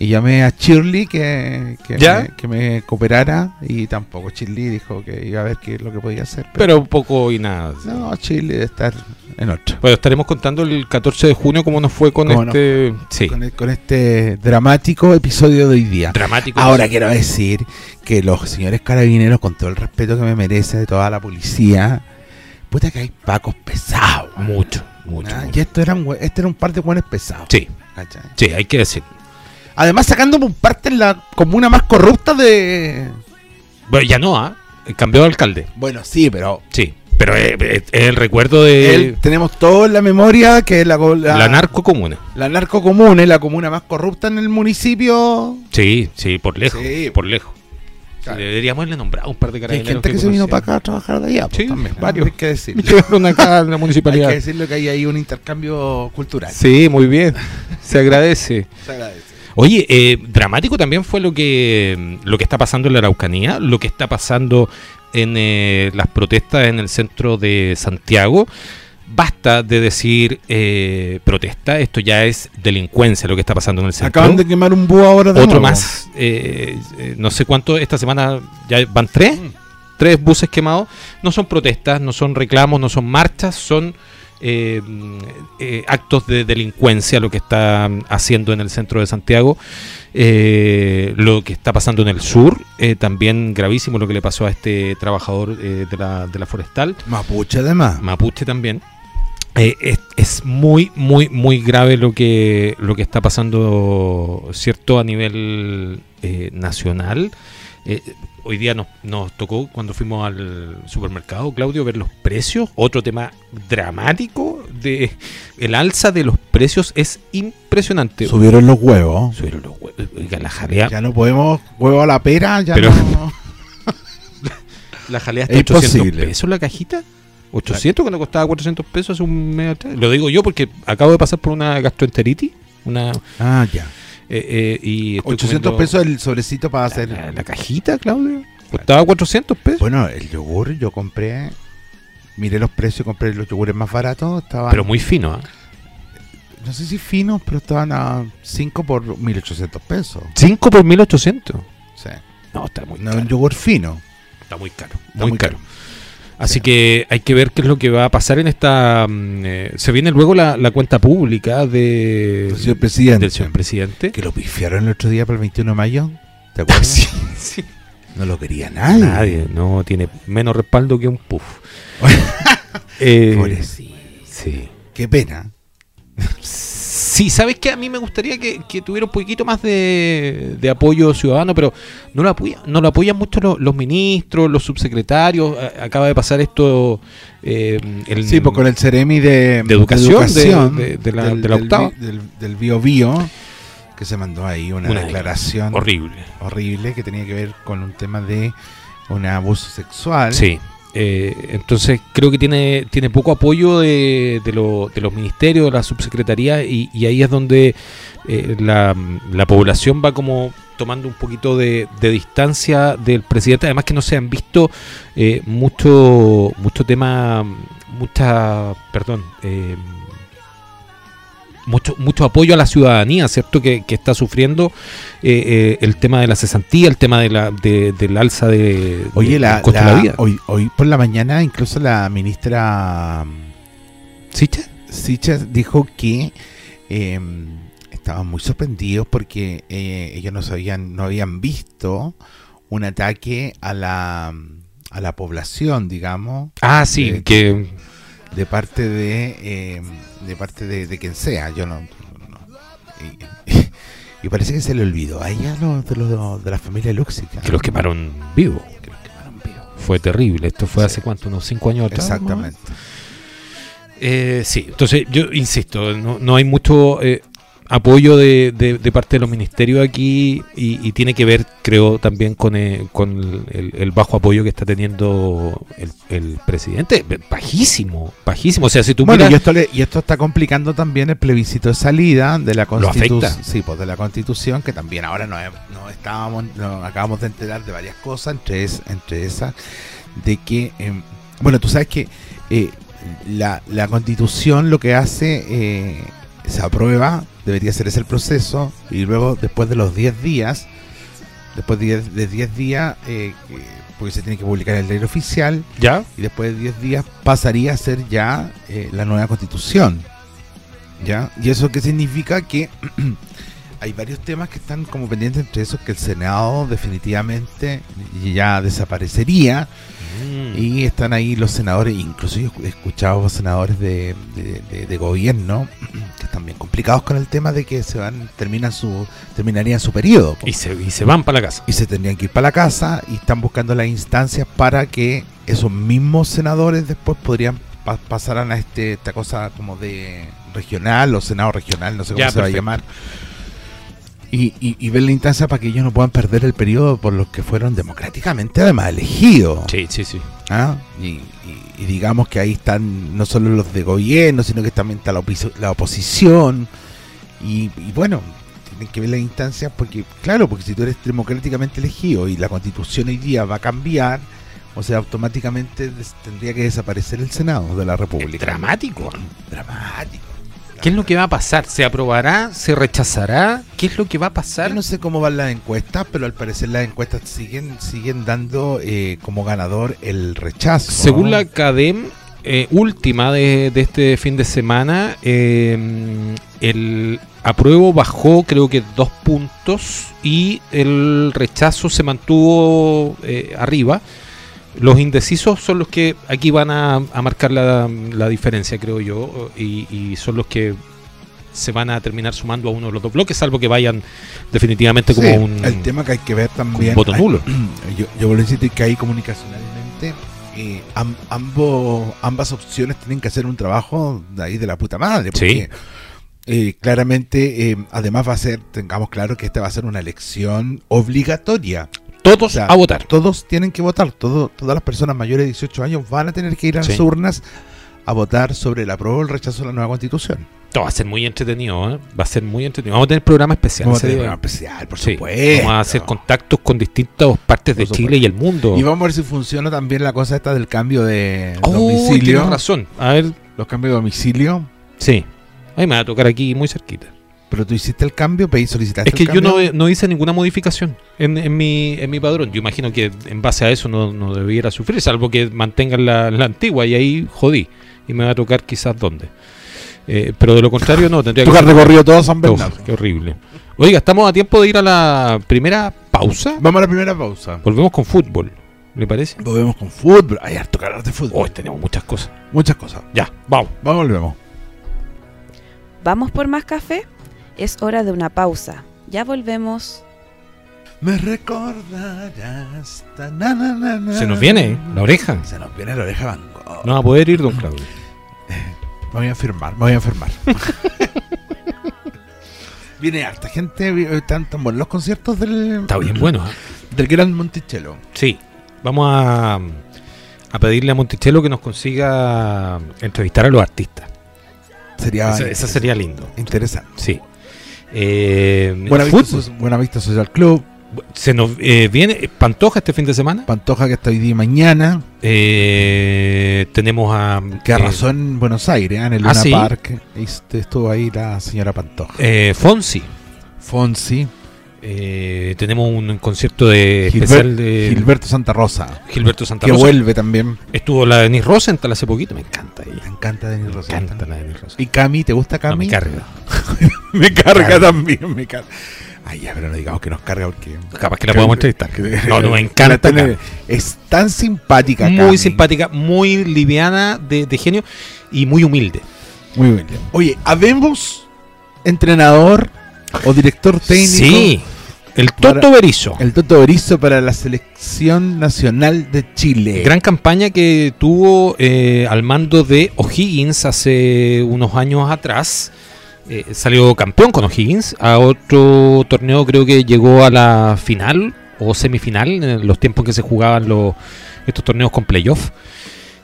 Speaker 2: Y llamé a Shirley que, que,
Speaker 3: ¿Ya?
Speaker 2: me, que me cooperara y tampoco Shirley dijo que iba a ver qué es lo que podía hacer.
Speaker 3: Pero poco y nada.
Speaker 2: no, Shirley debe estar en otra.
Speaker 3: Bueno, estaremos contando el 14 de junio cómo nos fue con
Speaker 2: Cómo no.
Speaker 3: este. Sí.
Speaker 2: Con, el- con este dramático episodio de hoy día.
Speaker 3: Dramático.
Speaker 2: Ahora quiero decir que los señores carabineros, con todo el respeto que me merece de toda la policía, puta que hay pacos pesados.
Speaker 3: Mucho, mucho.
Speaker 2: Ah,
Speaker 3: mucho.
Speaker 2: Y esto eran, hue- este era un par de buenos pesados.
Speaker 3: Sí,
Speaker 2: ¿cachai?
Speaker 3: sí, hay que decir.
Speaker 2: Además, sacándome un parte en la comuna más corrupta de.
Speaker 3: Bueno, ya no, ¿ah? Cambió de alcalde.
Speaker 2: Bueno, sí, pero.
Speaker 3: Sí. Pero es, es- es el recuerdo de
Speaker 2: él- tenemos todo en la memoria que la, co-
Speaker 3: Eh, la narcocomuna.
Speaker 2: la narcocomuna es la comuna más corrupta en el municipio.
Speaker 3: Sí, sí, por lejos.
Speaker 2: Sí.
Speaker 3: Por lejos.
Speaker 2: Claro.
Speaker 3: Deberíamos haberle nombrado un par de
Speaker 2: Hay
Speaker 3: carabineros.
Speaker 2: gente que, se vino para
Speaker 3: *laughs* conocíamos.
Speaker 2: acá a trabajar de allá. pues,
Speaker 3: Sí,
Speaker 2: también, ¿no?
Speaker 3: varios.
Speaker 2: Hay que decirlo.
Speaker 3: Llegaron acá a la
Speaker 2: Hay
Speaker 3: municipalidad.
Speaker 2: que decirlo que hay ahí un intercambio cultural.
Speaker 3: Sí, muy bien. Se agradece.
Speaker 2: *laughs* Se agradece.
Speaker 3: Oye, eh, dramático también fue lo que, lo que está pasando en la Araucanía, lo que está pasando en eh, las protestas en el centro de Santiago. Basta de decir eh, protesta, esto ya es delincuencia lo que está pasando en el centro.
Speaker 2: Acaban de quemar un búho ahora de
Speaker 3: Otro
Speaker 2: nuevo.
Speaker 3: más, eh, eh, no sé cuánto, esta semana ya van tres,
Speaker 2: Mm.
Speaker 3: tres buses quemados. No son protestas, no son reclamos, no son marchas, son eh, mm, eh, actos de delincuencia lo que está mm, haciendo en el centro de Santiago, eh, lo que está pasando en el sur, eh, también gravísimo lo que le pasó a este trabajador eh, de, la, de la forestal.
Speaker 2: Mapuche, además.
Speaker 3: Mapuche también. Eh, es, es muy, muy, muy grave lo que, lo que está pasando, ¿cierto? A nivel eh, nacional. Eh, hoy día nos, nos tocó cuando fuimos al supermercado, Claudio, ver los precios. Otro tema dramático de el alza de los precios es impresionante.
Speaker 2: Subieron los huevos.
Speaker 3: Subieron los hue- oiga, la jalea,
Speaker 2: Ya no podemos huevo a la pera, ya
Speaker 3: Pero-
Speaker 2: no.
Speaker 3: la jalea
Speaker 2: Es
Speaker 3: hasta 800
Speaker 2: imposible.
Speaker 3: pesos la cajita. 800 cuando costaba 400 pesos hace un mes atrás. Lo digo yo porque acabo de pasar por una gastroenteritis. Una, eh,
Speaker 2: Ah, ya.
Speaker 3: eh, y estoy
Speaker 2: 800
Speaker 3: comiendo
Speaker 2: pesos el sobrecito para hacer.
Speaker 3: La, la cajita, Claudio. Costaba 400 pesos.
Speaker 2: Bueno, el yogur yo compré. Miré los precios, compré los yogures más baratos. Estaban,
Speaker 3: pero muy fino, ¿ah?
Speaker 2: no sé si finos, pero estaban a 5 por 1800 pesos.
Speaker 3: 5 por 1800.
Speaker 2: O sea,
Speaker 3: No, está muy
Speaker 2: no es
Speaker 3: caro.
Speaker 2: un yogur fino.
Speaker 3: Está muy caro.
Speaker 2: Está
Speaker 3: muy caro. Así que hay que ver qué es lo que va a pasar en esta. mm, eh, se viene luego la, la cuenta pública de,
Speaker 2: El señor presidente.
Speaker 3: del señor presidente.
Speaker 2: Que lo pifiaron el otro día para el 21 de mayo. ¿Te acuerdas?
Speaker 3: *laughs* Sí, sí.
Speaker 2: No lo quería nadie.
Speaker 3: Nadie, no tiene menos respaldo que un puff.
Speaker 2: *laughs*
Speaker 3: Eh,
Speaker 2: Pobrecito.
Speaker 3: sí.
Speaker 2: Qué pena.
Speaker 3: Sí, sabes que a mí me gustaría que, que tuviera un poquito más de, de apoyo ciudadano, pero no lo apoyan, no lo apoyan mucho lo- los, ministros, los subsecretarios. A- acaba de pasar esto. eh, el-
Speaker 2: Sí, pues con el Ceremi de,
Speaker 3: de educación,
Speaker 2: educación,
Speaker 3: de- de- de la- de la
Speaker 2: del
Speaker 3: octava.
Speaker 2: bi- Del, del Bio Bio, que se mandó ahí una,
Speaker 3: Una
Speaker 2: declaración
Speaker 3: horrible.
Speaker 2: horrible que tenía que ver con un tema de un abuso sexual.
Speaker 3: Sí. eh, entonces creo que tiene, tiene poco apoyo de, de lo- de los ministerios, de la subsecretaría, y, y ahí es donde eh, la, la población va como tomando un poquito de, de distancia del presidente, además que no se han visto eh, mucho, mucho tema, mucha, perdón, eh, mucho, mucho apoyo a la ciudadanía, ¿cierto? Que, que está sufriendo eh, eh, el tema de la cesantía, el tema de la, de- del alza de,
Speaker 2: Oye,
Speaker 3: de-
Speaker 2: la,
Speaker 3: del Eh, costo de la
Speaker 2: la-
Speaker 3: vida.
Speaker 2: Hoy, hoy por la mañana incluso la ministra mm,
Speaker 3: ¿Sicha?
Speaker 2: Sichas dijo que eh, estaban muy sorprendidos porque eh, ellos no sabían, no habían visto un ataque a la, mm, a la población, digamos,
Speaker 3: Ah, sí,
Speaker 2: Eh,
Speaker 3: que
Speaker 2: de parte de eh, de parte de, de quien sea yo no, no- Y, *laughs* y parece que se le olvidó a ella lo, de, lo- de la familia Luxica
Speaker 3: que los quemaron vivo.
Speaker 2: Que los quemaron vivo.
Speaker 3: Fue terrible. Esto fue
Speaker 2: Sí.
Speaker 3: hace cuánto, unos cinco años atrás. más
Speaker 2: exactamente
Speaker 3: o menos? Eh, sí, entonces yo insisto, no, no hay mucho eh, apoyo de, de- de parte de los ministerios aquí y, y tiene que ver, creo, también con, eh, con el, el bajo apoyo que está teniendo el, el presidente. Bajísimo, bajísimo. O sea, si tú
Speaker 2: bueno y
Speaker 3: miras-
Speaker 2: esto le- y esto está complicando también el plebiscito de salida de la
Speaker 3: afecta.
Speaker 2: constitución sí pues de la constitución que también ahora nos, he- nos estábamos nos acabamos de enterar de varias cosas entre es- entre esas de que em, bueno tú sabes que eh, la, la constitución lo que hace eh, se aprueba, debería ser ese el proceso, y luego después de los 10 días, después de 10 de 10 días, eh, eh, porque se tiene que publicar el diario oficial,
Speaker 3: ¿Ya?
Speaker 2: y después de 10 días pasaría a ser ya eh, la nueva constitución. ¿Ya? ¿Y eso qué significa? Que *clears throat* hay varios temas que están como pendientes, entre esos que el Senado definitivamente ya desaparecería
Speaker 3: Y-
Speaker 2: y están ahí los senadores, incluso yo he escuchado senadores de, de- de- de gobierno *clears throat* que están bien complicados con el tema de que se van terminan su terminarían su periodo. po.
Speaker 3: Y se, y se van para la casa.
Speaker 2: Y se tendrían que ir para la casa y están buscando las instancias para que esos mismos senadores después podrían pa- pasaran a este esta cosa como de regional o senado regional, no sé cómo
Speaker 3: Ya,
Speaker 2: se va a
Speaker 3: perfecto.
Speaker 2: llamar. Y, y, y ver la instancia para que ellos no puedan perder el periodo por los que fueron democráticamente además elegidos.
Speaker 3: Sí, sí, sí.
Speaker 2: ¿ah? Y, y- y digamos que ahí están no solo los de gobierno, sino que también está la, opiso- la oposición. Y, y bueno, tienen que ver las instancias porque, claro, porque si tú eres democráticamente elegido y la constitución hoy día va a cambiar, o sea, automáticamente des- tendría que desaparecer el Senado de la República.
Speaker 3: Es dramático.
Speaker 2: Dramático.
Speaker 3: ¿Qué es lo que va a pasar? ¿Se aprobará? ¿Se rechazará? ¿Qué es lo que va a pasar?
Speaker 2: Yo no sé cómo van las encuestas, pero al parecer las encuestas siguen siguen dando eh, como ganador el rechazo.
Speaker 3: Según
Speaker 2: ¿no?
Speaker 3: la CADEM eh, última de, de este fin de semana, eh, el apruebo bajó creo que dos puntos y el rechazo se mantuvo eh, arriba. Los indecisos son los que aquí van a, a marcar la, la diferencia, creo yo, y, y son los que se van a terminar sumando a uno de los dos bloques, salvo que vayan definitivamente como
Speaker 2: Sí,
Speaker 3: un,
Speaker 2: el tema que hay que ver
Speaker 3: como un
Speaker 2: también
Speaker 3: voto
Speaker 2: hay-
Speaker 3: nulo.
Speaker 2: yo, yo vuelvo a insistir que ahí comunicacionalmente eh, am- ambos, ambas opciones tienen que hacer un trabajo de ahí de la puta madre. Porque, eh, claramente, eh, además va a ser, tengamos claro que esta va a ser una elección obligatoria.
Speaker 3: Todos
Speaker 2: O sea,
Speaker 3: a votar.
Speaker 2: Todos tienen que votar, todo, todas las personas mayores de 18 años van a tener que ir a las
Speaker 3: Sí.
Speaker 2: urnas a votar sobre el apruebo o el rechazo de la nueva constitución.
Speaker 3: Esto va a ser muy entretenido, ¿eh? Va a ser muy entretenido. Vamos a tener programa especial.
Speaker 2: Vamos a
Speaker 3: ese
Speaker 2: tener un
Speaker 3: día.
Speaker 2: programa especial, por
Speaker 3: Sí,
Speaker 2: supuesto.
Speaker 3: Vamos a hacer contactos con distintas partes de
Speaker 2: Por
Speaker 3: Chile y el mundo.
Speaker 2: Y vamos a ver si funciona también la cosa esta del cambio de
Speaker 3: Oh,
Speaker 2: domicilio.
Speaker 3: tienes razón. A ver,
Speaker 2: Los cambios de domicilio.
Speaker 3: sí. Ahí me va a tocar aquí muy cerquita.
Speaker 2: Pero tú hiciste el cambio, pedí, solicitaste
Speaker 3: Es que
Speaker 2: el
Speaker 3: yo
Speaker 2: cambio.
Speaker 3: no, no hice ninguna modificación en, en mi, en mi padrón. Yo imagino que en base a eso no, no debiera sufrir, salvo que mantengan la, la antigua y ahí jodí. Y me va a tocar quizás dónde. Eh, pero de lo contrario no, tendría
Speaker 2: Tú que has
Speaker 3: que...
Speaker 2: recorrido todo San
Speaker 3: Uf,
Speaker 2: Bernardo.
Speaker 3: qué horrible. Oiga, estamos a tiempo de ir a la primera pausa.
Speaker 2: Vamos a la primera pausa.
Speaker 3: Volvemos con fútbol, ¿le parece?
Speaker 2: Volvemos con fútbol. Hay harto que hablar de fútbol.
Speaker 3: Hoy tenemos muchas cosas.
Speaker 2: Muchas cosas.
Speaker 3: Ya, vamos.
Speaker 2: Vamos, volvemos.
Speaker 1: ¿Vamos por más café? Es hora de una pausa. Ya volvemos.
Speaker 2: Me recordarás. ta- na- na- na- na-
Speaker 3: Se nos viene ¿eh? la oreja.
Speaker 2: Se nos viene la oreja Van Gogh.
Speaker 3: No va a poder ir, don Claudio.
Speaker 2: Me voy a enfermar, me voy a
Speaker 3: *laughs*
Speaker 2: enfermar. viene harta gente. vi- Están tan buenos los conciertos del,
Speaker 3: Está bien bueno. ¿eh?
Speaker 2: del Gran Monticello.
Speaker 3: Sí. Vamos a, a pedirle a Monticello que nos consiga entrevistar a los artistas.
Speaker 2: Sería
Speaker 3: Esa, esa sería lindo.
Speaker 2: interesante.
Speaker 3: Sí. Eh,
Speaker 2: Buena vista,
Speaker 3: fútbol.
Speaker 2: So- Buena Vista Social Club.
Speaker 3: Se nos eh, viene Pantoja este fin de semana.
Speaker 2: Pantoja que está hoy día y mañana.
Speaker 3: Eh, tenemos a.
Speaker 2: Que
Speaker 3: eh,
Speaker 2: arrasó en Buenos Aires, ¿eh? en el
Speaker 3: ¿Ah,
Speaker 2: Luna
Speaker 3: sí?
Speaker 2: Park. Est- Estuvo ahí la señora Pantoja.
Speaker 3: eh, Fonsi.
Speaker 2: Fonsi,
Speaker 3: Eh, tenemos un concierto de
Speaker 2: Gilber-
Speaker 3: especial de
Speaker 2: Gilberto Santa Rosa,
Speaker 3: Gilberto Santa
Speaker 2: que
Speaker 3: Rosa.
Speaker 2: vuelve también.
Speaker 3: Estuvo la Denise Rosenthal hace poquito. Me encanta
Speaker 2: Te
Speaker 3: ella.
Speaker 2: encanta Denis
Speaker 3: Me
Speaker 2: Rosa.
Speaker 3: encanta la Denise Rosenthal.
Speaker 2: ¿Y Cami? ¿Te gusta
Speaker 3: No, me
Speaker 2: Cami?
Speaker 3: carga.
Speaker 2: *laughs* Me
Speaker 3: carga.
Speaker 2: también, me carga. Ay, ya, pero no digamos que nos carga porque...
Speaker 3: Capaz que la podemos entrevistar.
Speaker 2: que-
Speaker 3: No, no, me
Speaker 2: *laughs* la
Speaker 3: encanta
Speaker 2: tiene- Es tan simpática
Speaker 3: Muy
Speaker 2: Cami.
Speaker 3: simpática, muy liviana de, de genio y muy humilde.
Speaker 2: Muy bien. Oye, ¿habemos entrenador o director técnico?
Speaker 3: Sí, el Toto
Speaker 2: Para-
Speaker 3: Berizo.
Speaker 2: El Toto Berizo para la Selección Nacional de Chile.
Speaker 3: Gran campaña que tuvo eh, al mando de O'Higgins hace unos años atrás. Eh, salió campeón con O'Higgins. A otro torneo creo que llegó a la final o semifinal en los tiempos que se jugaban los, estos torneos con playoff.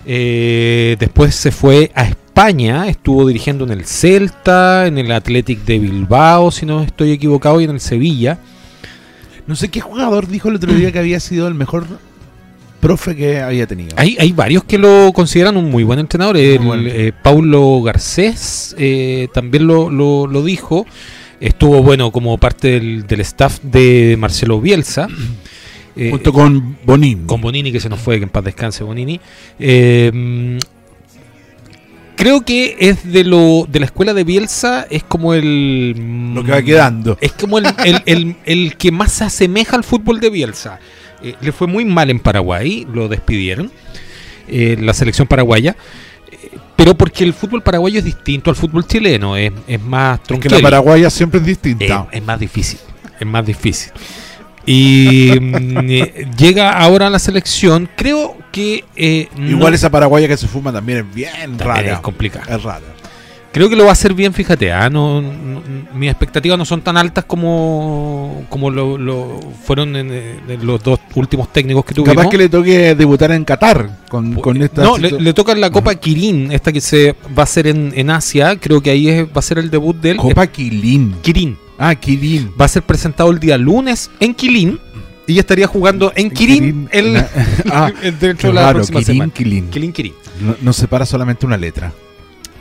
Speaker 3: Eh, después se fue a España, estuvo dirigiendo en el Celta, en el Athletic de Bilbao, si no estoy equivocado, y en el Sevilla.
Speaker 2: No sé qué jugador dijo el otro día que había sido el mejor profe que había tenido.
Speaker 3: Hay, hay varios que lo consideran un muy buen entrenador. El,
Speaker 2: Muy bueno.
Speaker 3: eh, Paulo Garcés eh, también lo, lo- lo dijo. Estuvo bueno como parte del, del staff de
Speaker 2: *clears throat*
Speaker 3: Marcelo Bielsa. Eh,
Speaker 2: Junto con Bonín.
Speaker 3: con Bonini, que se nos fue, que en paz descanse Bonini. Eh, mm, creo que es de lo de la escuela de Bielsa, es como el.
Speaker 2: lo que va quedando.
Speaker 3: Es como el, el- el- el que más se asemeja al fútbol de Bielsa. Eh, le fue muy mal en Paraguay, lo despidieron, eh, la selección paraguaya. eh, Pero porque el fútbol paraguayo es distinto al fútbol chileno, es, es más
Speaker 2: Que
Speaker 3: tronquero.
Speaker 2: la paraguaya siempre es
Speaker 3: Eh,
Speaker 2: distinta.
Speaker 3: es más difícil. Es más difícil. Y *laughs* mm, eh, llega ahora a la selección. Creo que. eh, no-
Speaker 2: Igual esa paraguaya que se fuma también es bien
Speaker 3: también
Speaker 2: rara.
Speaker 3: es complicada.
Speaker 2: Es rara.
Speaker 3: Creo que lo va a hacer bien, fíjate. ah, No, no- no- mis expectativas no son tan altas como, como lo, lo fueron en, eh, en los dos últimos técnicos que tuvimos.
Speaker 2: Capaz que le toque debutar en Qatar con,
Speaker 3: Pu-
Speaker 2: con esta.
Speaker 3: Pues, no, le,
Speaker 2: situ-
Speaker 3: le toca en la Copa Kirin, esta que se va a hacer en, en Asia. Creo que ahí es- va a ser el debut del
Speaker 2: Copa Quilín.
Speaker 3: Kirin.
Speaker 2: Ah, Quilín.
Speaker 3: va a ser presentado el día lunes en Quilín y ya estaría jugando en Quilín, el, *laughs*
Speaker 2: Ah,
Speaker 3: el- dentro
Speaker 2: qué
Speaker 3: de la
Speaker 2: raro,
Speaker 3: próxima
Speaker 2: Quilín,
Speaker 3: semana.
Speaker 2: Quilín.
Speaker 3: Quilín, Quilín.
Speaker 2: No, no separa solamente una letra.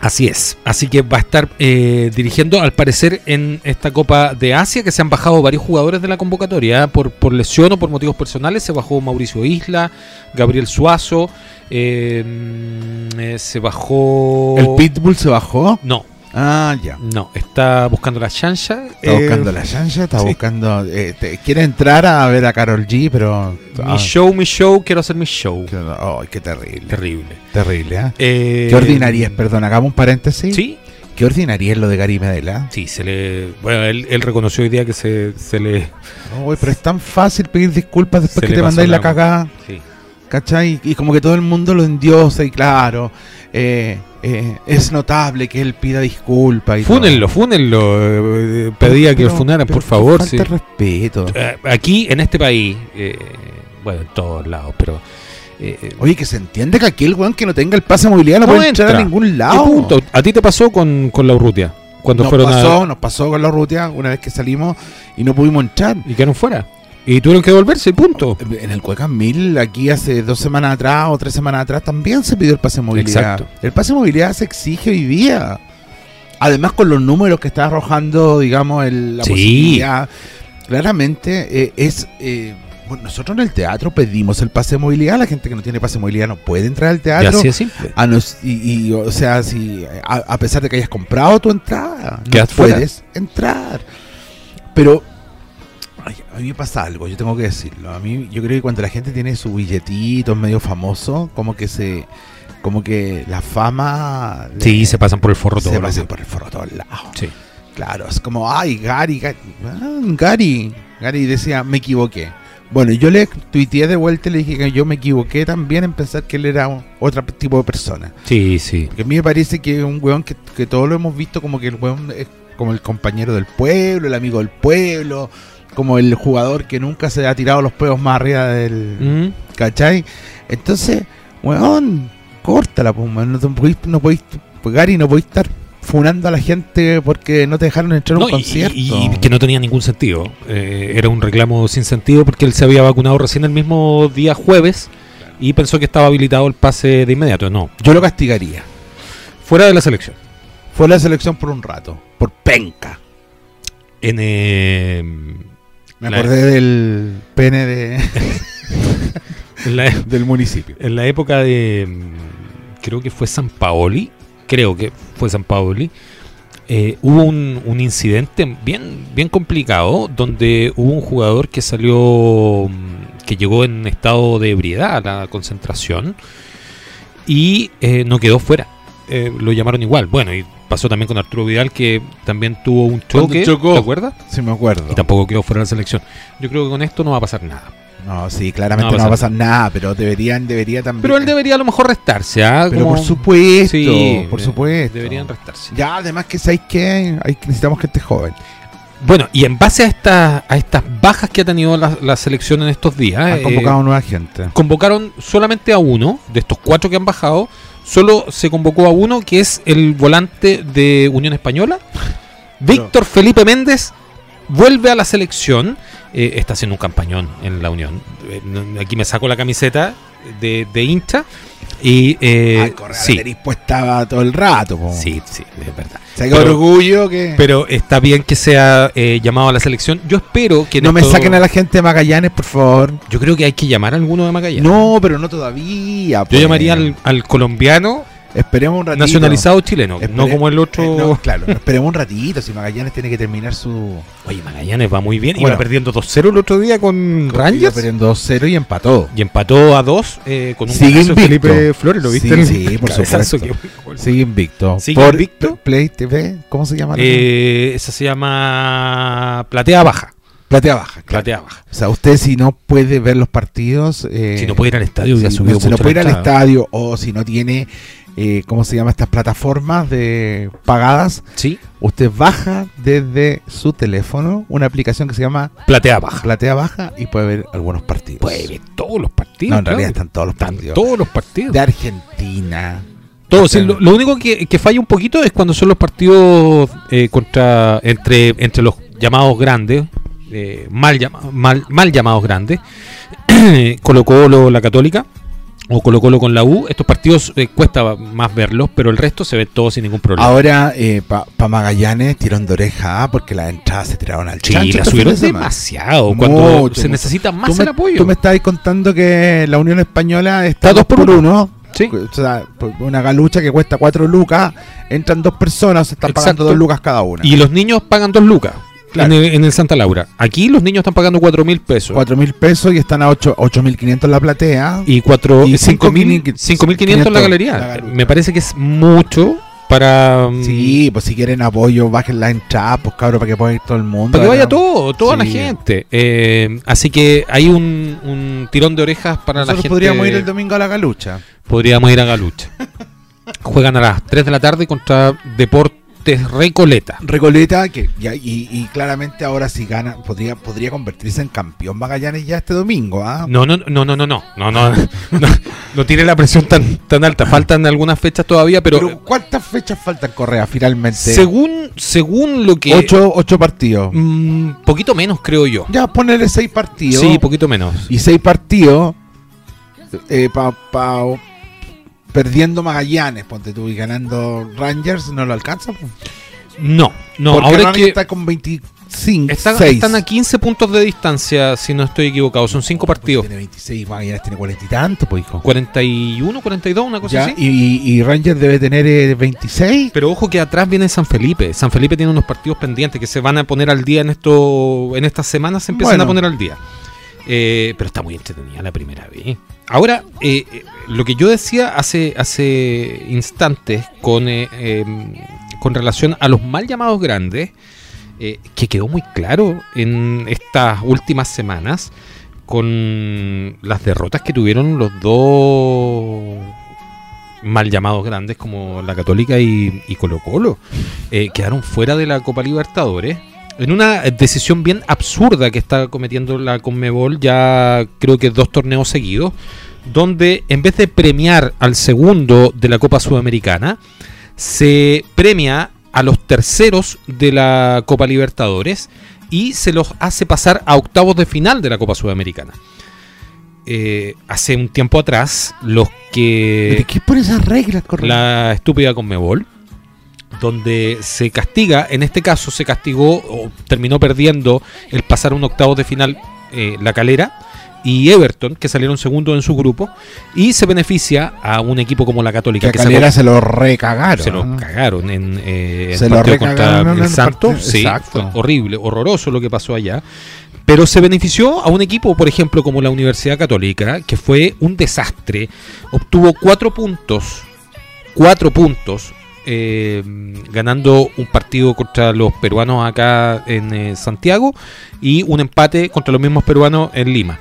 Speaker 3: Así es. Así que va a estar eh, dirigiendo, al parecer, en esta Copa de Asia, que se han bajado varios jugadores de la convocatoria. ¿eh? Por, por lesión o por motivos personales, se bajó Mauricio Isla, Gabriel Suazo, eh, mm, eh, se bajó.
Speaker 2: ¿El Pitbull se bajó?
Speaker 3: No,
Speaker 2: Ah, ya.
Speaker 3: no, está buscando la chancha.
Speaker 2: Está buscando la chancha, está
Speaker 3: Eh, sí.
Speaker 2: buscando. eh, te- quiere entrar a ver a Carol G, pero.
Speaker 3: Mi
Speaker 2: ah,
Speaker 3: show, mi show, quiero hacer mi show.
Speaker 2: qué- oh, qué terrible.
Speaker 3: Terrible.
Speaker 2: Terrible, ¿eh?
Speaker 3: Eh,
Speaker 2: Qué ordinariez, perdón, hagamos un paréntesis.
Speaker 3: Sí,
Speaker 2: Qué ordinariez lo de Gary ¿ah? Medela.
Speaker 3: sí, se le. Bueno, él, él reconoció hoy día que se, se le.
Speaker 2: No, güey, pero es tan fácil pedir disculpas
Speaker 3: Se
Speaker 2: después
Speaker 3: le
Speaker 2: que te
Speaker 3: pasó
Speaker 2: mandáis
Speaker 3: la
Speaker 2: la cagada.
Speaker 3: Sí.
Speaker 2: ¿Cachai? Y como que todo el mundo lo endiosa y claro, eh, eh, es notable que él pida disculpas. y todo.
Speaker 3: Fúnenlo, fúnenlo. eh, pedía que
Speaker 2: Pero-
Speaker 3: lo funaran,
Speaker 2: pero
Speaker 3: por favor.
Speaker 2: Falta
Speaker 3: sí.
Speaker 2: de respeto.
Speaker 3: Eh, aquí, en este país, eh, bueno, en todos lados, pero. eh, eh,
Speaker 2: Oye, que se entiende que aquí el weón que no tenga el pase de movilidad no,
Speaker 3: No
Speaker 2: puede entrar a
Speaker 3: entra.
Speaker 2: ningún
Speaker 3: ¿qué
Speaker 2: lado.
Speaker 3: punto? ¿A ti te pasó con, con la Urrutia? Cuando
Speaker 2: Ah, oh. Nos
Speaker 3: fueron a-
Speaker 2: pasó, nos pasó con la rutia una vez que salimos y no pudimos entrar.
Speaker 3: Y quedaron fuera. Y tuvieron que volverse, punto.
Speaker 2: En el Cuecan 1000, aquí hace dos semanas atrás o tres semanas atrás, también se pidió el pase de movilidad.
Speaker 3: Exacto.
Speaker 2: El pase de movilidad se exige hoy día. Además, con los números que está arrojando, digamos, el, la
Speaker 3: Sí.
Speaker 2: posibilidad, claramente eh, es. eh, bueno, nosotros en el teatro pedimos el pase de movilidad. La gente que no tiene pase de movilidad no puede entrar al
Speaker 3: Y
Speaker 2: teatro.
Speaker 3: así es simple.
Speaker 2: A nos- Ah, y, y, o sea, si a, a pesar de que hayas comprado tu entrada, no
Speaker 3: Quedas fuera.
Speaker 2: puedes entrar. Pero ay, a mí me pasa algo, yo tengo que decirlo. A mí yo creo que cuando la gente tiene su billetito medio famoso, como que se como que la fama le-
Speaker 3: Sí, se pasan por el forro
Speaker 2: se
Speaker 3: todo.
Speaker 2: pasan por el forro a todos lados.
Speaker 3: Sí.
Speaker 2: Claro, es como, ay, Gary, Gary, ah, Gary. Gary decía, me equivoqué. Bueno, yo le tuiteé de vuelta y le dije que yo me equivoqué también en pensar que él era otro tipo de persona.
Speaker 3: Sí, sí.
Speaker 2: Porque a mí me parece que es un weón que, que todos lo hemos visto como que el weón es como el compañero del pueblo, el amigo del pueblo, como el jugador que nunca se ha tirado los peos más arriba del...
Speaker 3: Mm.
Speaker 2: ¿Cachai? Entonces, weón, córtala, pues, weón. No, te podís, no podís, pues, Gary, no podís estar funando a la gente porque no te dejaron entrar a
Speaker 3: No,
Speaker 2: un
Speaker 3: y-
Speaker 2: concierto.
Speaker 3: Y, y que no tenía ningún sentido. Eh, era un reclamo sin sentido porque él se había vacunado recién el mismo día jueves y pensó que estaba habilitado el pase de inmediato. No,
Speaker 2: Yo lo castigaría.
Speaker 3: fuera de la selección.
Speaker 2: Fue a la selección por un rato, por penca.
Speaker 3: En, eh,
Speaker 2: Me
Speaker 3: La-
Speaker 2: acordé del pene de-
Speaker 3: *laughs* en la,
Speaker 2: del municipio.
Speaker 3: en la época de. mm, Creo que fue San Paoli. Creo que fue San Paoli. eh, hubo un, un incidente bien, bien complicado donde hubo un jugador que salió. mm, que llegó en estado de ebriedad a la concentración y eh, no quedó fuera. Eh, lo llamaron igual. Bueno, y pasó también con Arturo Vidal que también tuvo un
Speaker 2: Cuando
Speaker 3: choque.
Speaker 2: chocó.
Speaker 3: ¿Te acuerdas?
Speaker 2: Sí, me acuerdo.
Speaker 3: Y tampoco quedó fuera de la selección. Yo creo que con esto no va a pasar nada.
Speaker 2: No, sí, claramente no
Speaker 3: No
Speaker 2: va
Speaker 3: va a
Speaker 2: a pasar nada, pero deberían, debería también.
Speaker 3: Pero él debería a lo mejor restarse. ¿ah?
Speaker 2: Pero
Speaker 3: Como-
Speaker 2: por supuesto,
Speaker 3: Sí,
Speaker 2: por
Speaker 3: eh,
Speaker 2: supuesto.
Speaker 3: Deberían restarse.
Speaker 2: Ya, además que sabéis que hay- necesitamos gente joven.
Speaker 3: Bueno, y en base a, estas a estas bajas que ha tenido la, la selección en estos días,
Speaker 2: Han
Speaker 3: eh,
Speaker 2: convocado nueva gente.
Speaker 3: convocaron solamente a uno de estos cuatro que han bajado. Solo se convocó a uno que es el volante de Unión Española. Víctor Felipe Méndez vuelve a la selección. eh, está haciendo un campañón en la Unión. Eh, no- Aquí me saco la camiseta de, de hincha y eh,
Speaker 2: Ah, Correa
Speaker 3: sí,
Speaker 2: la tenéis puesta todo el rato. po.
Speaker 3: sí, sí, es verdad.
Speaker 2: O sea, qué
Speaker 3: Pero-
Speaker 2: orgullo que
Speaker 3: Pero está bien que sea eh, llamado a la selección. Yo espero que en
Speaker 2: no me
Speaker 3: esto-
Speaker 2: saquen a la gente de Magallanes, por favor.
Speaker 3: Yo creo que hay que llamar a alguno de Magallanes.
Speaker 2: No, pero no todavía.
Speaker 3: Yo
Speaker 2: pues.
Speaker 3: llamaría al, al colombiano
Speaker 2: Esperemos un ratito.
Speaker 3: nacionalizado chileno,
Speaker 2: Espere-
Speaker 3: no como el otro.
Speaker 2: Eh, no, claro, esperemos un ratito. Si Magallanes tiene que terminar su.
Speaker 3: Oye, Magallanes va muy bien.
Speaker 2: Bueno.
Speaker 3: Iba perdiendo 2-0 el otro día con
Speaker 2: Iba
Speaker 3: Rangers.
Speaker 2: perdiendo 2-0 y empató.
Speaker 3: Y empató a 2 eh, con un
Speaker 2: Sigue
Speaker 3: golazo de
Speaker 2: invicto.
Speaker 3: Felipe Flores, ¿lo viste?
Speaker 2: Sí,
Speaker 3: El
Speaker 2: sí, por
Speaker 3: *laughs* cabezazo,
Speaker 2: supuesto.
Speaker 3: qué buen gol.
Speaker 2: Sigue invicto.
Speaker 3: ¿Sigue invicto?
Speaker 2: P- Play TV, ¿cómo se llama? la-
Speaker 3: Eh, esa se llama Platea Baja.
Speaker 2: Platea Baja. claro.
Speaker 3: Platea Baja.
Speaker 2: O sea, usted si no puede ver los partidos. eh,
Speaker 3: si no puede ir al estadio, hubiera
Speaker 2: si
Speaker 3: subido
Speaker 2: no, si no
Speaker 3: mucho
Speaker 2: puede ir
Speaker 3: la
Speaker 2: al
Speaker 3: entrada.
Speaker 2: estadio o si no tiene, eh, ¿cómo se llama? Estas plataformas de pagadas.
Speaker 3: Sí,
Speaker 2: Usted baja desde su teléfono una aplicación que se llama
Speaker 3: Platea Baja.
Speaker 2: Platea Baja y puede ver algunos partidos.
Speaker 3: Puede ver todos los partidos.
Speaker 2: no, en realidad
Speaker 3: claro.
Speaker 2: están todos los
Speaker 3: Están
Speaker 2: partidos.
Speaker 3: todos los partidos.
Speaker 2: De Argentina.
Speaker 3: Todo, sí, lo, lo único que, que falla un poquito es cuando son los partidos eh, contra entre entre los llamados grandes, eh, mal, llama- mal, mal llamados grandes, *clears throat* Colo Colo, la Católica, o Colo Colo con la U. Estos partidos eh, cuesta más verlos, pero el resto se ve todo sin ningún problema.
Speaker 2: Ahora, eh, para Magallanes, tirón de oreja ah, porque las entradas se tiraron al
Speaker 3: Sí,
Speaker 2: chancho
Speaker 3: la
Speaker 2: este
Speaker 3: subieron
Speaker 2: fin de semana.
Speaker 3: demasiado.
Speaker 2: Mucho,
Speaker 3: cuando se
Speaker 2: mucho.
Speaker 3: necesita más
Speaker 2: Tú
Speaker 3: el
Speaker 2: me-
Speaker 3: apoyo.
Speaker 2: Tú me estabas contando que la Unión Española está,
Speaker 3: Está
Speaker 2: dos por uno.
Speaker 3: Sí.
Speaker 2: O sea, por una galucha que cuesta cuatro lucas, entran dos personas, se están pagando
Speaker 3: Exacto.
Speaker 2: dos lucas cada una.
Speaker 3: Y los niños pagan dos lucas
Speaker 2: Claro.
Speaker 3: en, el, en el Santa Laura. Aquí los niños están pagando cuatro mil pesos.
Speaker 2: cuatro mil pesos y están a ocho, ocho mil quinientos la platea.
Speaker 3: y cuatro-
Speaker 2: Y
Speaker 3: y cinco mil-
Speaker 2: 5.500
Speaker 3: 5.500 en la galería.
Speaker 2: la galería.
Speaker 3: Me parece que es mucho para mm,
Speaker 2: Sí, pues si quieren apoyo, bajen la entrada, pues cabrón, para que pueda ir todo el mundo.
Speaker 3: para que vaya
Speaker 2: ¿no?
Speaker 3: todo, toda la
Speaker 2: Sí.
Speaker 3: gente. Eh, así que hay un, un tirón de orejas para la
Speaker 2: Nosotros
Speaker 3: gente.
Speaker 2: podríamos ir el domingo a la galucha.
Speaker 3: Podríamos ir a Galucha. Juegan a las 3 de la tarde contra Deportes Recoleta.
Speaker 2: Recoleta, que ya- y, y claramente ahora si gana, podría, podría convertirse en campeón Magallanes ya este domingo, ¿ah?
Speaker 3: No, no, no, no, no, no, no, *laughs* no, no, no tiene la presión tan, tan alta. Faltan algunas fechas todavía, pero,
Speaker 2: Pero, ¿cuántas fechas faltan Correa finalmente?
Speaker 3: según, según lo que...
Speaker 2: ocho, ocho partidos.
Speaker 3: Mm, poquito menos, creo yo.
Speaker 2: Ya ponele seis partidos.
Speaker 3: Sí, poquito menos.
Speaker 2: y seis partidos eh, pa- pa- perdiendo Magallanes, ponte tú, y ganando Rangers, no lo alcanza. pues.
Speaker 3: No, no,
Speaker 2: Porque
Speaker 3: ahora
Speaker 2: Rangers
Speaker 3: que
Speaker 2: está con 25.
Speaker 3: está-
Speaker 2: seis.
Speaker 3: están a 15 puntos de distancia, si no estoy equivocado, son 5
Speaker 2: No, pues,
Speaker 3: partidos.
Speaker 2: Tiene 26, Magallanes tiene 40 y tanto, pues hijo.
Speaker 3: 41, 42, una cosa
Speaker 2: Ya,
Speaker 3: así.
Speaker 2: y, y Rangers debe tener eh, 26.
Speaker 3: Pero ojo que atrás viene San Felipe. San Felipe tiene unos partidos pendientes que se van a poner al día en esto en estas semanas se empiezan
Speaker 2: Bueno.
Speaker 3: a poner al día. Eh, pero está muy entretenida la primera vez. Ahora, eh, eh, lo que yo decía hace, hace instantes con, eh, eh, con relación a los mal llamados grandes, eh, que quedó muy claro en estas últimas semanas con las derrotas que tuvieron los dos mal llamados grandes como la Católica y, y Colo Colo. Eh, quedaron fuera de la Copa Libertadores. En una decisión bien absurda que está cometiendo la Conmebol ya creo que dos torneos seguidos, donde en vez de premiar al segundo de la Copa Sudamericana, se premia a los terceros de la Copa Libertadores y se los hace pasar a octavos de final de la Copa Sudamericana. Eh, hace un tiempo atrás, los que...
Speaker 2: ¿De qué por esas reglas, Correa?
Speaker 3: La estúpida Conmebol, donde se castiga, en este caso se castigó o terminó perdiendo el pasar a un octavo de final eh, la calera y Everton, que salieron segundo en su grupo, y se beneficia a un equipo como la Católica,
Speaker 2: que a
Speaker 3: que
Speaker 2: Calera
Speaker 3: sacó-
Speaker 2: se lo recagaron.
Speaker 3: se lo
Speaker 2: ¿no?
Speaker 3: cagaron en eh,
Speaker 2: Se
Speaker 3: el
Speaker 2: lo
Speaker 3: partido
Speaker 2: recagaron
Speaker 3: contra
Speaker 2: en
Speaker 3: el
Speaker 2: el
Speaker 3: Santo.
Speaker 2: partido,
Speaker 3: Sí,
Speaker 2: exacto.
Speaker 3: fue horrible, horroroso lo que pasó allá. Pero se benefició a un equipo, por ejemplo, como la Universidad Católica, que fue un desastre. Obtuvo cuatro puntos, cuatro puntos, eh, ganando un partido contra los peruanos acá en eh, Santiago y un empate contra los mismos peruanos en Lima.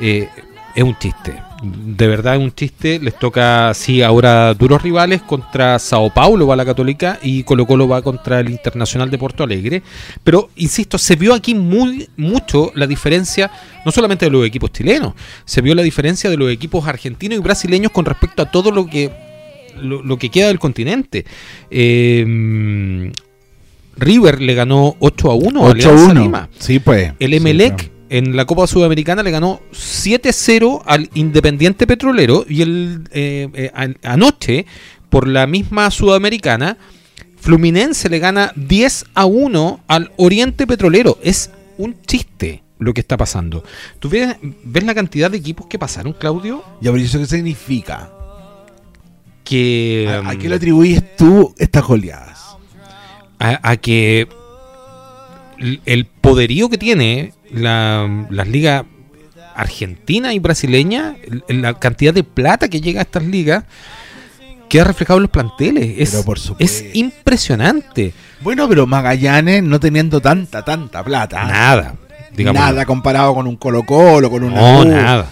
Speaker 3: Eh, es un chiste. De verdad es un chiste. Les toca, sí, ahora duros rivales. Contra Sao Paulo va la Católica y Colo Colo va contra el Internacional de Porto Alegre. Pero, insisto, se vio aquí muy mucho la diferencia, no solamente de los equipos chilenos, se vio la diferencia de los equipos argentinos y brasileños con respecto a todo lo que, lo, lo que queda del continente. Eh, River le ganó 8 a 1 a Alianza
Speaker 2: 8-1.
Speaker 3: Lima.
Speaker 2: Sí, pues.
Speaker 3: El
Speaker 2: Sí,
Speaker 3: Emelec
Speaker 2: claro.
Speaker 3: en la Copa Sudamericana le ganó 7-0 al Independiente Petrolero y el, eh, eh, an- anoche, por la misma Sudamericana, Fluminense le gana 10 a 1 al Oriente Petrolero. Es un chiste lo que está pasando. ¿Tú ves, ves la cantidad de equipos que pasaron, Claudio?
Speaker 2: Ya, pero ¿y eso qué significa?
Speaker 3: Que,
Speaker 2: ¿A, Ah, a
Speaker 3: mm,
Speaker 2: qué le atribuyes tú estas goleadas?
Speaker 3: a, a que l- el poderío que tiene la- las ligas argentina y brasileña, l- la cantidad de plata que llega a estas ligas, queda reflejado en los planteles. Es,
Speaker 2: Pero por
Speaker 3: es
Speaker 2: supuesto.
Speaker 3: impresionante.
Speaker 2: Bueno, pero Magallanes no teniendo tanta, tanta plata.
Speaker 3: nada. Digamos.
Speaker 2: Ah, Nada comparado con un Colo Colo, con un
Speaker 3: No, nada.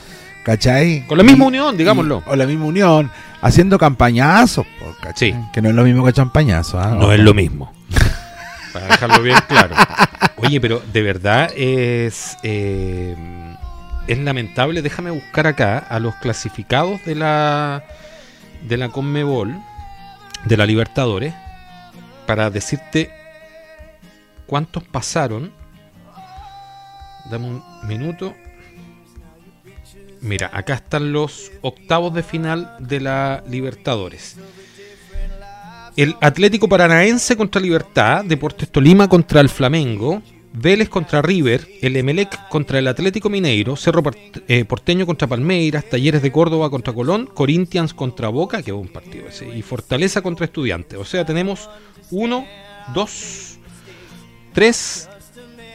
Speaker 2: ¿Cachai?
Speaker 3: Con la misma
Speaker 2: Y-
Speaker 3: unión, digámoslo.
Speaker 2: y- o la misma unión, haciendo campañazos, po, ¿cachai?
Speaker 3: Sí.
Speaker 2: Que no es lo mismo que champañazo, ¿ah?
Speaker 3: No es lo mismo. *laughs* Para dejarlo bien claro. Oye, pero de verdad es. eh, es lamentable. Déjame buscar acá a los clasificados de la. de la Conmebol. De la Libertadores. Para decirte cuántos pasaron. Dame un minuto. Mira, acá están los octavos de final de la Libertadores. El Atlético Paranaense contra Libertad, Deportes Tolima contra el Flamengo, Vélez contra River, el Emelec contra el Atlético Mineiro, Cerro Par- eh, Porteño contra Palmeiras, Talleres de Córdoba contra Colón, Corinthians contra Boca, que buen partido ese, y Fortaleza contra Estudiantes. O sea, tenemos uno, dos, tres,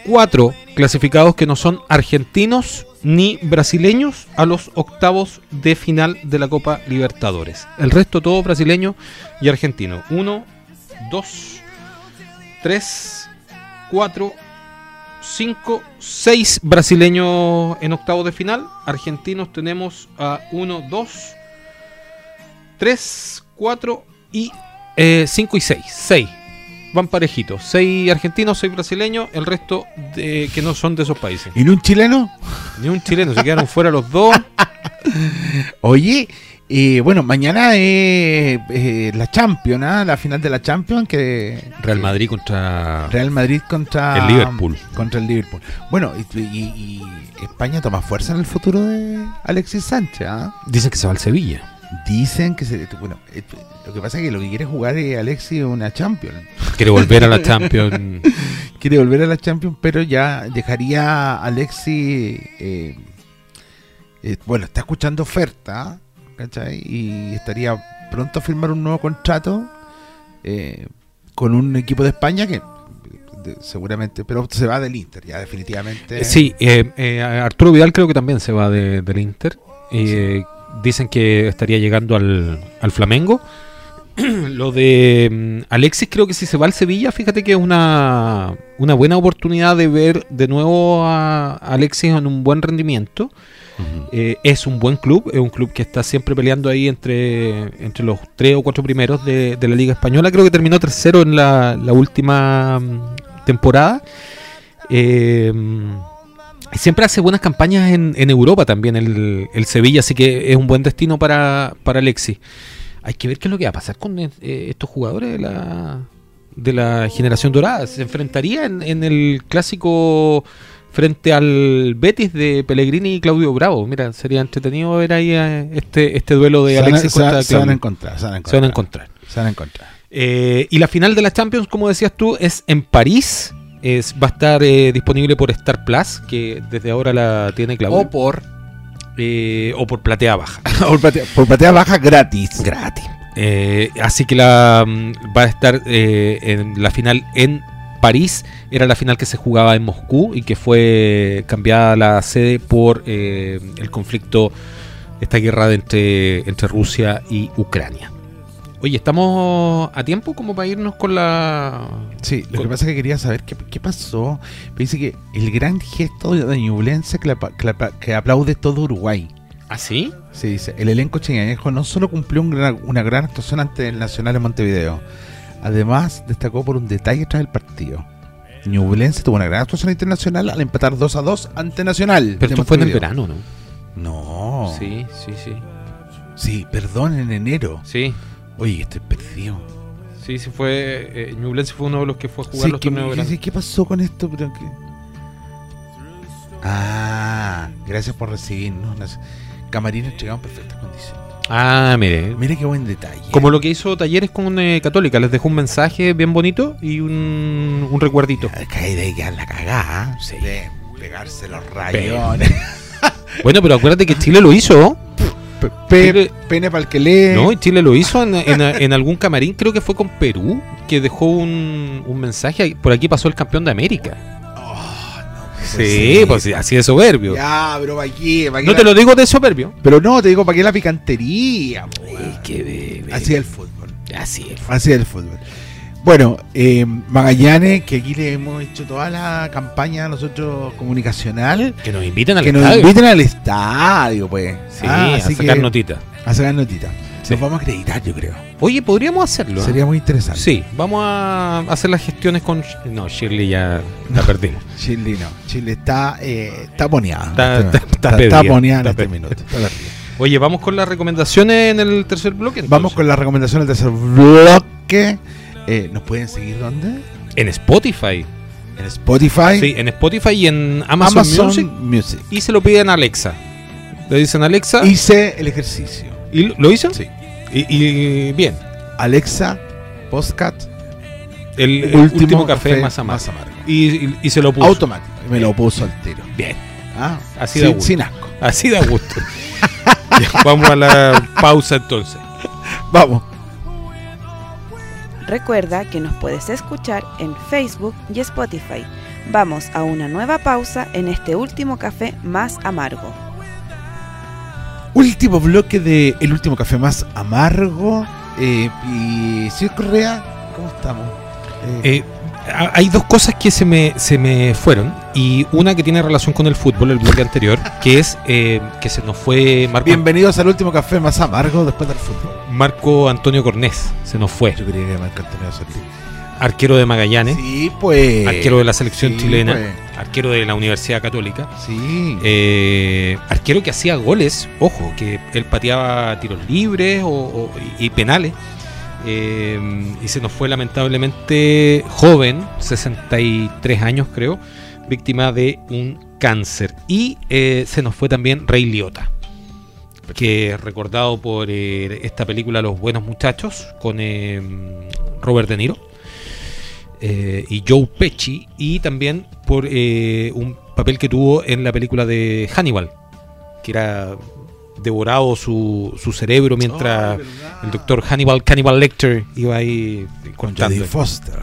Speaker 3: cuatro clasificados que no son argentinos ni brasileños a los octavos de final de la Copa Libertadores. El resto todo brasileño y argentino. Uno, dos, tres, cuatro, cinco, seis brasileños en octavos de final. Argentinos tenemos a uno, dos, tres, cuatro y eh, cinco y seis. Seis. Van parejitos. Seis argentinos, seis brasileños, el resto de- que no son de esos países.
Speaker 2: ¿Y no un chileno?
Speaker 3: Ni un chileno, se quedaron fuera los dos.
Speaker 2: Oye, eh, bueno, mañana es eh, la Champions, ¿ah? La final de la Champions que...
Speaker 3: Real Madrid contra...
Speaker 2: Real Madrid contra...
Speaker 3: El Liverpool.
Speaker 2: Contra el Liverpool. Bueno, y, y- y España toma fuerza en el futuro de Alexis Sánchez, ¿ah?
Speaker 3: Dicen que se va al Sevilla.
Speaker 2: Dicen que se. Bueno, eh, lo que pasa es que lo que quiere jugar eh, Alexis es una Champions.
Speaker 3: Quiere volver a la Champions.
Speaker 2: Quiere volver a la Champions, pero ya dejaría a Alexis. eh, eh, bueno, está escuchando oferta, ¿cachai? Y estaría pronto a firmar un nuevo contrato eh, con un equipo de España que de- seguramente. Pero se va del Inter, ya definitivamente.
Speaker 3: Sí, eh, eh, Arturo Vidal creo que también se va de- del Inter. Eh, Dicen que estaría llegando al, al Flamengo. *clears throat* Lo de mm, Alexis creo que si se va al Sevilla, fíjate que es una, una buena oportunidad de ver de nuevo a Alexis en un buen rendimiento.
Speaker 2: Ujú.
Speaker 3: Eh, es un buen club, es un club que está siempre peleando ahí entre, entre los tres o cuatro primeros de, de la Liga Española. Creo que terminó tercero en la, la última mm, temporada. Eh, y siempre hace buenas campañas en, en Europa también el, el Sevilla, así que es un buen destino para, para Alexis. Hay que ver qué es lo que va a pasar con eh, estos jugadores de la, de la generación dorada. Se enfrentaría en, en el clásico frente al Betis de Pellegrini y Claudio Bravo. Mira, sería entretenido ver ahí eh, este, este duelo de
Speaker 2: Se van a-
Speaker 3: Alexis
Speaker 2: se van-
Speaker 3: contra
Speaker 2: se van a
Speaker 3: Claudio.
Speaker 2: encontrar, se van a
Speaker 3: Se van a
Speaker 2: encontrar.
Speaker 3: encontrar.
Speaker 2: Se van a encontrar. *laughs*
Speaker 3: Eh, y la final de la Champions, como decías tú, es en París. Es, va a estar eh, disponible por Star Plus, que desde ahora la tiene Claudio.
Speaker 2: O por.
Speaker 3: Eh, o por platea baja.
Speaker 2: por, patea, por patea baja gratis. Gratis.
Speaker 3: Eh, así que la mm, va a estar eh, en la final en París. Era la final que se jugaba en Moscú y que fue cambiada la sede por eh, el conflicto, esta guerra de entre, entre Rusia y Ucrania. Oye, ¿estamos a tiempo como para irnos con la...
Speaker 2: Sí, lo que
Speaker 3: Con-
Speaker 2: pasa es que quería saber qué, qué pasó. Me dice que el gran gesto de Ñublense que, la pa- que la pa- que aplaude todo Uruguay.
Speaker 3: ¿Ah, sí?
Speaker 2: Se dice, el elenco chiñanejo no solo cumplió un gran- una gran actuación ante el Nacional de Montevideo, además destacó por un detalle tras el partido. Ñublense tuvo una gran actuación internacional al empatar 2 a 2 ante Nacional.
Speaker 3: Pero
Speaker 2: de
Speaker 3: esto fue en el
Speaker 2: Montevideo.
Speaker 3: verano, ¿no?
Speaker 2: No. Sí.
Speaker 3: Sí, sí, sí.
Speaker 2: perdón, en enero.
Speaker 3: Sí,
Speaker 2: Oye, estoy perdido.
Speaker 3: sí, sí fue... Eh, Ñublense fue uno de los que fue a jugar
Speaker 2: Sí,
Speaker 3: los
Speaker 2: que me
Speaker 3: torneos de
Speaker 2: dice,
Speaker 3: verano.
Speaker 2: ¿Qué pasó con esto? Pero que- Ah, gracias por recibirnos. Las- Camarines entregados en perfectas condiciones.
Speaker 3: Ah, mire.
Speaker 2: Mire qué buen detalle.
Speaker 3: Como lo que hizo Talleres con eh, Católica, les dejó un mensaje bien bonito y un, un recuerdito.
Speaker 2: Ah, que ahí de quedar la cagada. ¿eh?
Speaker 3: Sí.
Speaker 2: De pegarse los
Speaker 3: Pero-
Speaker 2: rayones.
Speaker 3: *laughs* Bueno, pero acuérdate que Chile lo hizo.
Speaker 2: Pe-
Speaker 3: Pero-
Speaker 2: pene para el que lee.
Speaker 3: No, Y Chile lo hizo en, en- en algún camarín, creo que fue con Perú, que dejó un, un mensaje. Por aquí pasó el campeón de América.
Speaker 2: Oh, no, pues
Speaker 3: Sí, pues sí, así de soberbio.
Speaker 2: Ya, pero ¿para qué? ¿Pa' qué
Speaker 3: No
Speaker 2: la-
Speaker 3: te lo digo de soberbio.
Speaker 2: Pero no, te digo, ¿para qué la picantería? po, weón? Así
Speaker 3: así,
Speaker 2: es el fútbol.
Speaker 3: así es.
Speaker 2: Así es el fútbol. Bueno, eh, Magallanes, que aquí le hemos hecho toda la campaña nosotros comunicacional,
Speaker 3: Que nos inviten al
Speaker 2: que nos
Speaker 3: estadio.
Speaker 2: inviten al estadio, pues.
Speaker 3: Sí,
Speaker 2: Ah,
Speaker 3: a
Speaker 2: así
Speaker 3: sacar
Speaker 2: que-
Speaker 3: notita.
Speaker 2: a sacar notita.
Speaker 3: Sí.
Speaker 2: Nos vamos a acreditar, yo creo.
Speaker 3: Oye, podríamos hacerlo. ¿eh?
Speaker 2: Sería muy interesante.
Speaker 3: Sí, vamos a hacer las gestiones con. No, Shirley *laughs* ya la perdimos.
Speaker 2: Chile no. Chile está, eh, está poneada.
Speaker 3: Está-
Speaker 2: Este-
Speaker 3: está- está pedida,
Speaker 2: poneada en
Speaker 3: está
Speaker 2: este
Speaker 3: pedida.
Speaker 2: minuto. Está
Speaker 3: *laughs*
Speaker 2: perdida.
Speaker 3: Oye, vamos con las recomendaciones en el tercer bloque.
Speaker 2: Vamos
Speaker 3: entonces.
Speaker 2: con las recomendaciones del tercer bloque. Eh, ¿Nos pueden seguir dónde?
Speaker 3: En Spotify.
Speaker 2: En Spotify.
Speaker 3: Sí, en Spotify y en Amazon,
Speaker 2: Amazon
Speaker 3: Music.
Speaker 2: Music.
Speaker 3: Y se lo piden a Alexa. Le dicen Alexa. ¿Y,
Speaker 2: Hice el ejercicio.
Speaker 3: lo- lo dicen?
Speaker 2: Sí.
Speaker 3: Y, y bien.
Speaker 2: Alexa, Postcat,
Speaker 3: El, el último, café, más amargo. Y, y- y se lo puso.
Speaker 2: Automático. Y Me lo puso al tiro.
Speaker 3: Bien.
Speaker 2: Ah,
Speaker 3: Así de
Speaker 2: sin,
Speaker 3: bueno.
Speaker 2: sin asco.
Speaker 3: Así da gusto. *laughs* Ya, vamos a la pausa entonces.
Speaker 2: Vamos.
Speaker 1: Recuerda que nos puedes escuchar en Facebook y Spotify. Vamos a una nueva pausa en este último café más amargo.
Speaker 2: Último bloque de El último café más amargo. Eh, y señor Correa, ¿cómo estamos? Eh,
Speaker 3: Eh, ha- hay dos cosas que se me, se me fueron y una que tiene relación con el fútbol, el bloque anterior, que es eh, que se nos fue Marco,
Speaker 2: bienvenidos al último café más amargo después del fútbol.
Speaker 3: Marco Antonio Cornés, se nos fue,
Speaker 2: Yo quería que Marco Antonio Solís.
Speaker 3: arquero de Magallanes,
Speaker 2: Sí, pues.
Speaker 3: ¿Ah, arquero de la selección
Speaker 2: sí,
Speaker 3: chilena,
Speaker 2: pues.
Speaker 3: arquero de la Universidad Católica,
Speaker 2: Sí.
Speaker 3: eh, arquero que hacía goles, ojo, que él pateaba tiros libres o- o- y, y penales. eh, y se nos fue lamentablemente joven, 63 años creo, víctima de un cáncer. Y eh, se nos fue también Rey Liotta, que es recordado por eh, esta película Los Buenos Muchachos con eh, Robert De Niro eh, y Joe Pesci y también por eh, un papel que tuvo en la película de Hannibal, que era devorado su, su cerebro mientras el doctor Hannibal, Cannibal Lecter, iba ahí
Speaker 2: Con Jodie
Speaker 3: contando.
Speaker 2: Foster.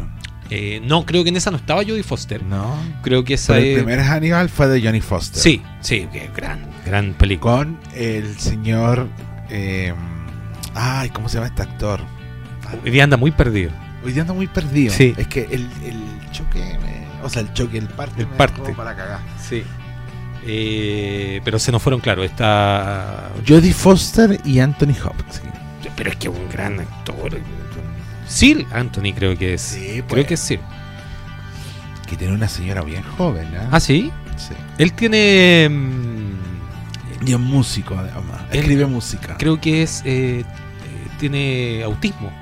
Speaker 3: Eh, no, creo que en esa no estaba Jodie Foster.
Speaker 2: No.
Speaker 3: Creo que esa
Speaker 2: Pero el
Speaker 3: es...
Speaker 2: primer Hannibal fue de Johnny Foster.
Speaker 3: Sí, sí, que gran, gran película.
Speaker 2: Con el señor. eh, ay, ¿cómo se llama este actor?
Speaker 3: Hoy día anda muy perdido.
Speaker 2: Hoy día ando muy perdido.
Speaker 3: Sí.
Speaker 2: Es que el, el choque. me- o sea, el choque, el parte.
Speaker 3: El
Speaker 2: me
Speaker 3: parte.
Speaker 2: dejó Para cagar.
Speaker 3: Sí. Eh, pero se nos fueron, claro, esta...
Speaker 2: Jodie Foster y Anthony Hopkins.
Speaker 3: Pero es que un gran actor. Sir Anthony creo que es.
Speaker 2: Sí, pues.
Speaker 3: Creo que es Sir.
Speaker 2: Que tiene una señora bien joven, ¿eh?
Speaker 3: Ah, sí.
Speaker 2: Sí.
Speaker 3: Él tiene... mm,
Speaker 2: Y es músico, además.
Speaker 3: Él-
Speaker 2: Escribe música.
Speaker 3: Creo que es... eh, eh, tiene autismo.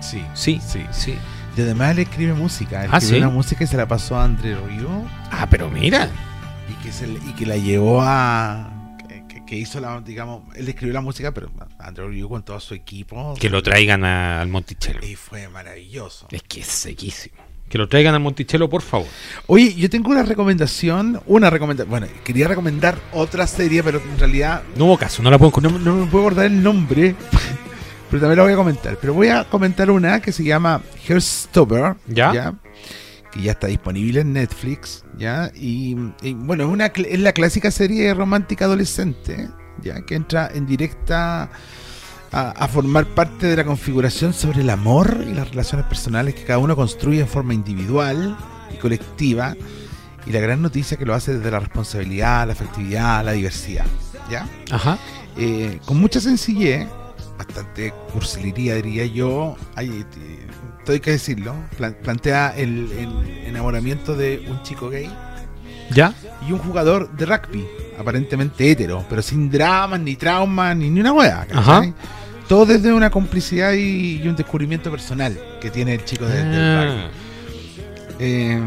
Speaker 2: Sí.
Speaker 3: Sí,
Speaker 2: Sí.
Speaker 3: sí.
Speaker 2: Y además él escribe música. Él
Speaker 3: Ah,
Speaker 2: escribió
Speaker 3: ¿sí?
Speaker 2: una música que se la pasó a André Río
Speaker 3: Ah, pero mira.
Speaker 2: y que, se le- y que la llevó a. que- Que, que hizo la. digamos, él escribió la música, pero Andrew Ryu con todo su equipo.
Speaker 3: Que lo traigan a- al Monticello.
Speaker 2: Y fue maravilloso.
Speaker 3: Es que es sequísimo. Que lo traigan al Monticello, por favor.
Speaker 2: Oye, yo tengo una recomendación. Una recomendación. Bueno, quería recomendar otra serie, pero en realidad
Speaker 3: No hubo caso, no la puedo
Speaker 2: no,
Speaker 3: encontrar.
Speaker 2: no me puedo acordar el nombre. *laughs* Pero también la voy a comentar. Pero voy a comentar una que se llama Hairstopper.
Speaker 3: ¿Ya?
Speaker 2: Que ya está disponible en Netflix. ¿Ya? Y, y, bueno, es, una, cl- es la clásica serie romántica adolescente. ¿Ya? Que entra en directa a, a formar parte de la configuración sobre el amor y las relaciones personales que cada uno construye en forma individual y colectiva. Y la gran noticia que lo hace desde la responsabilidad, la afectividad, la diversidad. ¿Ya?
Speaker 3: Ajá.
Speaker 2: eh, con mucha sencillez, bastante cursilería diría yo, hay, eh, todo hay que decirlo, plan- plantea el, el enamoramiento de un chico gay
Speaker 3: ¿Ya?
Speaker 2: y un jugador de rugby, aparentemente hetero, pero sin dramas, ni traumas, ni, ni una hueá. ¿cachai? Todo desde una complicidad y, y un descubrimiento personal que tiene el chico de- del rugby.
Speaker 3: Ah,
Speaker 2: Eh,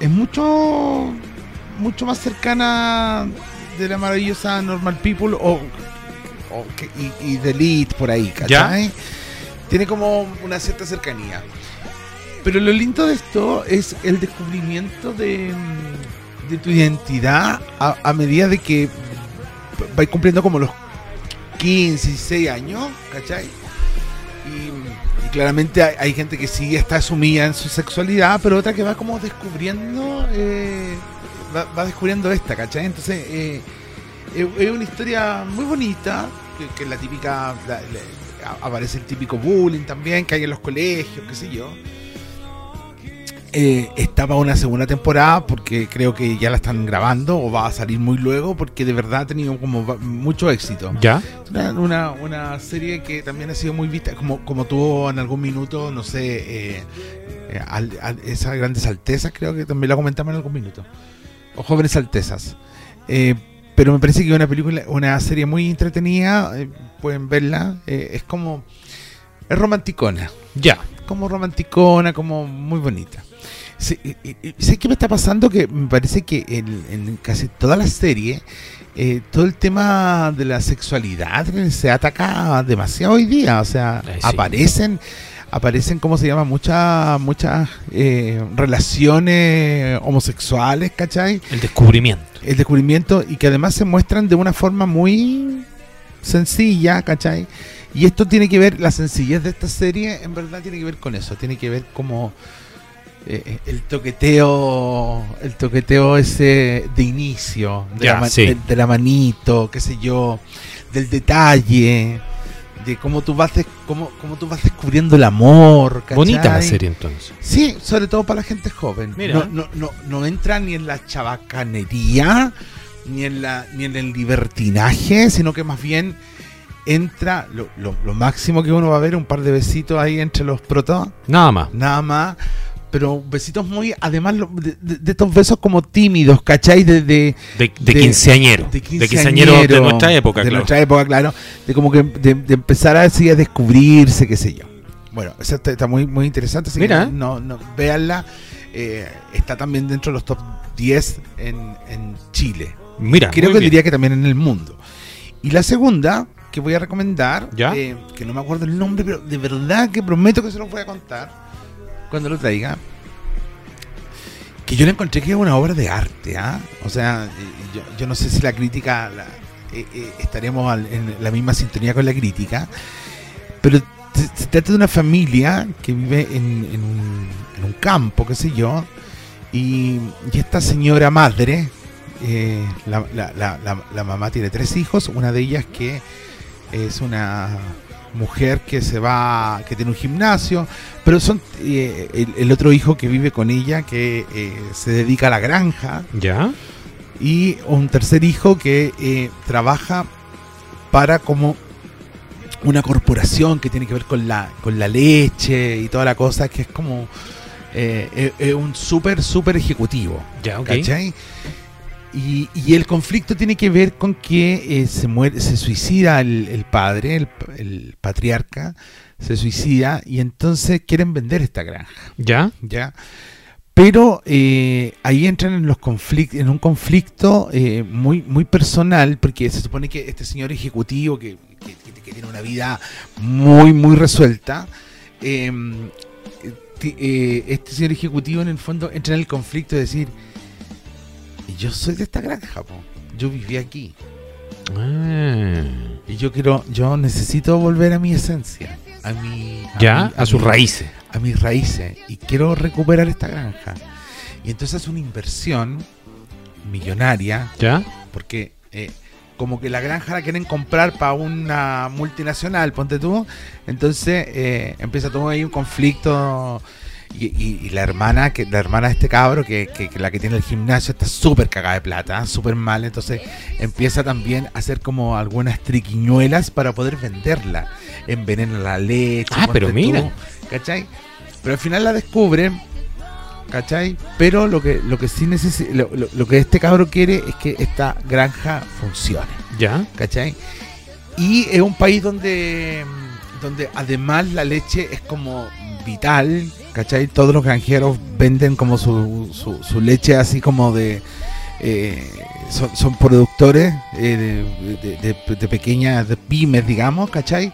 Speaker 2: es Em, mucho mucho más cercana de la maravillosa Normal People o, o que- y, y The Elite por ahí, ¿cachai? Tiene como una cierta cercanía. Pero lo lindo de esto es el descubrimiento de, mm, de tu identidad a, a medida de que p- vais cumpliendo como los 15, 16 años, ¿cachai? Y, y claramente hay, hay gente que sí está sumida en su sexualidad, pero otra que va como descubriendo, eh, va, va descubriendo esta, ¿cachai? Entonces, eh, es, es una historia muy bonita, que, que es la típica, la- la- a- aparece el típico bullying también que hay en los colegios, qué sé yo. Eh, está para una segunda temporada porque creo que ya la están grabando o va a salir muy luego porque de verdad ha tenido como va- mucho éxito.
Speaker 3: ¿Ya?
Speaker 2: Una, una, una serie que también ha sido muy vista, como, como tuvo en algún minuto, no sé, eh, eh, al- al- esas grandes altezas, creo que también la comentamos en algún minuto. O jóvenes altezas. Eh, pero me parece que es una película, una serie muy entretenida, eh, pueden verla, eh, es como, es romanticona
Speaker 3: Ya.
Speaker 2: como romanticona, como muy bonita. Sí, y- y- y ¿Sé qué me está pasando? Que me parece que en, en casi toda la serie, eh, todo el tema de la sexualidad se ataca demasiado hoy día. O sea,
Speaker 3: Ay, sí.
Speaker 2: aparecen, aparecen, ¿cómo se llama? Muchas, muchas eh, relaciones homosexuales, ¿cachai?
Speaker 3: El descubrimiento.
Speaker 2: el descubrimiento y que además se muestran de una forma muy sencilla, ¿cachai? Y esto tiene que ver, la sencillez de esta serie en verdad tiene que ver con eso, tiene que ver como eh, eh, el toqueteo, el toqueteo ese de inicio, de,
Speaker 3: Ya,
Speaker 2: la, ma-
Speaker 3: sí.
Speaker 2: de- de la manito, qué sé yo, del detalle, de cómo tú vas, des- cómo, cómo tú vas descubriendo el amor, ¿cachai?
Speaker 3: Bonita la serie entonces.
Speaker 2: Sí, sobre todo para la gente joven.
Speaker 3: Mira.
Speaker 2: No, no, no, no entra ni en la chabacanería, ni en, la, ni en el libertinaje, sino que más bien entra lo, lo- lo máximo que uno va a ver, un par de besitos ahí entre los protos,
Speaker 3: Nada más.
Speaker 2: nada más. Pero besitos muy, además lo- de, de- de estos besos como tímidos, ¿cachai? De, de,
Speaker 3: De, de
Speaker 2: De-
Speaker 3: quinceañero. De quinceañero, de nuestra época,
Speaker 2: de
Speaker 3: claro.
Speaker 2: nuestra época, claro. De como que de, de empezar así a descubrirse, qué sé yo. Bueno, esa está, está muy, muy interesante. Así
Speaker 3: Mira.
Speaker 2: que no, no, véanla. Eh, está también dentro de los top 10 en, en Chile.
Speaker 3: Mira.
Speaker 2: Creo
Speaker 3: muy
Speaker 2: que
Speaker 3: bien.
Speaker 2: diría que también en el mundo. Y la segunda que voy a recomendar,
Speaker 3: ¿Ya?
Speaker 2: eh, que no me acuerdo el nombre, pero de verdad que prometo que se los voy a contar cuando lo traiga. Que yo la encontré que es una obra de arte, ¿ah? O sea, eh, yo, yo no sé si la crítica, la- eh, eh, estaremos al- en la misma sintonía con la crítica, pero se, se trata de una familia que vive en, en un, en un campo, qué sé yo, y, y esta señora madre, eh, la, la- la- la- la mamá tiene tres hijos, una de ellas que es una mujer que se va, que tiene un gimnasio, pero son eh, el, el otro hijo que vive con ella, que eh, se dedica a la granja,
Speaker 3: ¿Ya?
Speaker 2: y un tercer hijo que eh, trabaja para como una corporación que tiene que ver con la, con la leche y toda la cosa, que es como eh, eh, eh, un súper, súper ejecutivo.
Speaker 3: Ya, ok.
Speaker 2: ¿Cachai? Y, y el conflicto tiene que ver con que eh, se muere, se suicida el, el padre, el, el patriarca, se suicida y entonces quieren vender esta granja,
Speaker 3: ¿Ya?
Speaker 2: ¿ya? Pero eh, ahí entran en los conflictos, en un conflicto eh, muy, muy personal, porque se supone que este señor ejecutivo que, que- que- que tiene una vida muy, muy resuelta, eh, ti- eh, este señor ejecutivo en el fondo entra en el conflicto de decir, y yo soy de esta granja, po. yo viví aquí
Speaker 3: Ah,
Speaker 2: y yo quiero, yo necesito volver a mi esencia, a mi,
Speaker 3: ya,
Speaker 2: mi-
Speaker 3: a sus
Speaker 2: mi-
Speaker 3: raíces.
Speaker 2: a mis raíces y quiero recuperar esta granja. Y entonces es una inversión millonaria
Speaker 3: ¿Ya?
Speaker 2: porque eh, como que la granja la quieren comprar para una multinacional, ponte tú. Entonces eh, empieza todo ahí un conflicto. Y, y- y la hermana que la hermana de este cabro, que, que- que la que tiene el gimnasio, está súper cagada de plata, súper mal. Entonces empieza también a hacer como algunas triquiñuelas para poder venderla. Envenena la leche.
Speaker 3: Ah,
Speaker 2: ponte
Speaker 3: pero
Speaker 2: tú,
Speaker 3: mira.
Speaker 2: ¿Cachai? Pero al final la descubren ¿Cachai? Pero lo que, lo que sí necesi- lo, lo- lo que este cabro quiere es que esta granja funcione,
Speaker 3: ¿Ya?
Speaker 2: ¿cachai? Y es un país donde, donde además la leche es como vital, ¿cachai? Todos los granjeros venden como su, su, su leche así como de eh, son, son productores eh, de, de- de- de pequeñas pymes, digamos, ¿cachai?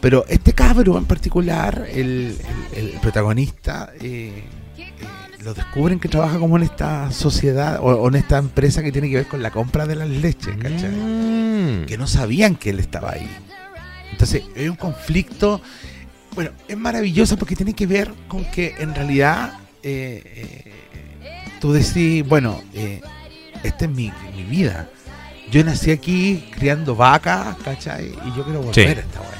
Speaker 2: Pero este cabro en particular, el, el- el protagonista, eh, eh, lo descubren que trabaja como en esta sociedad o, o en esta empresa que tiene que ver con la compra de las leches, ¿cachai?
Speaker 3: Mm.
Speaker 2: que no sabían que él estaba ahí. Entonces, es un conflicto. Bueno, es maravilloso porque tiene que ver con que en realidad eh, eh, tú decís, bueno, eh, esta es mi, mi vida. Yo nací aquí criando vacas, ¿cachai? Y yo quiero volver
Speaker 3: Sí.
Speaker 2: a esta buena.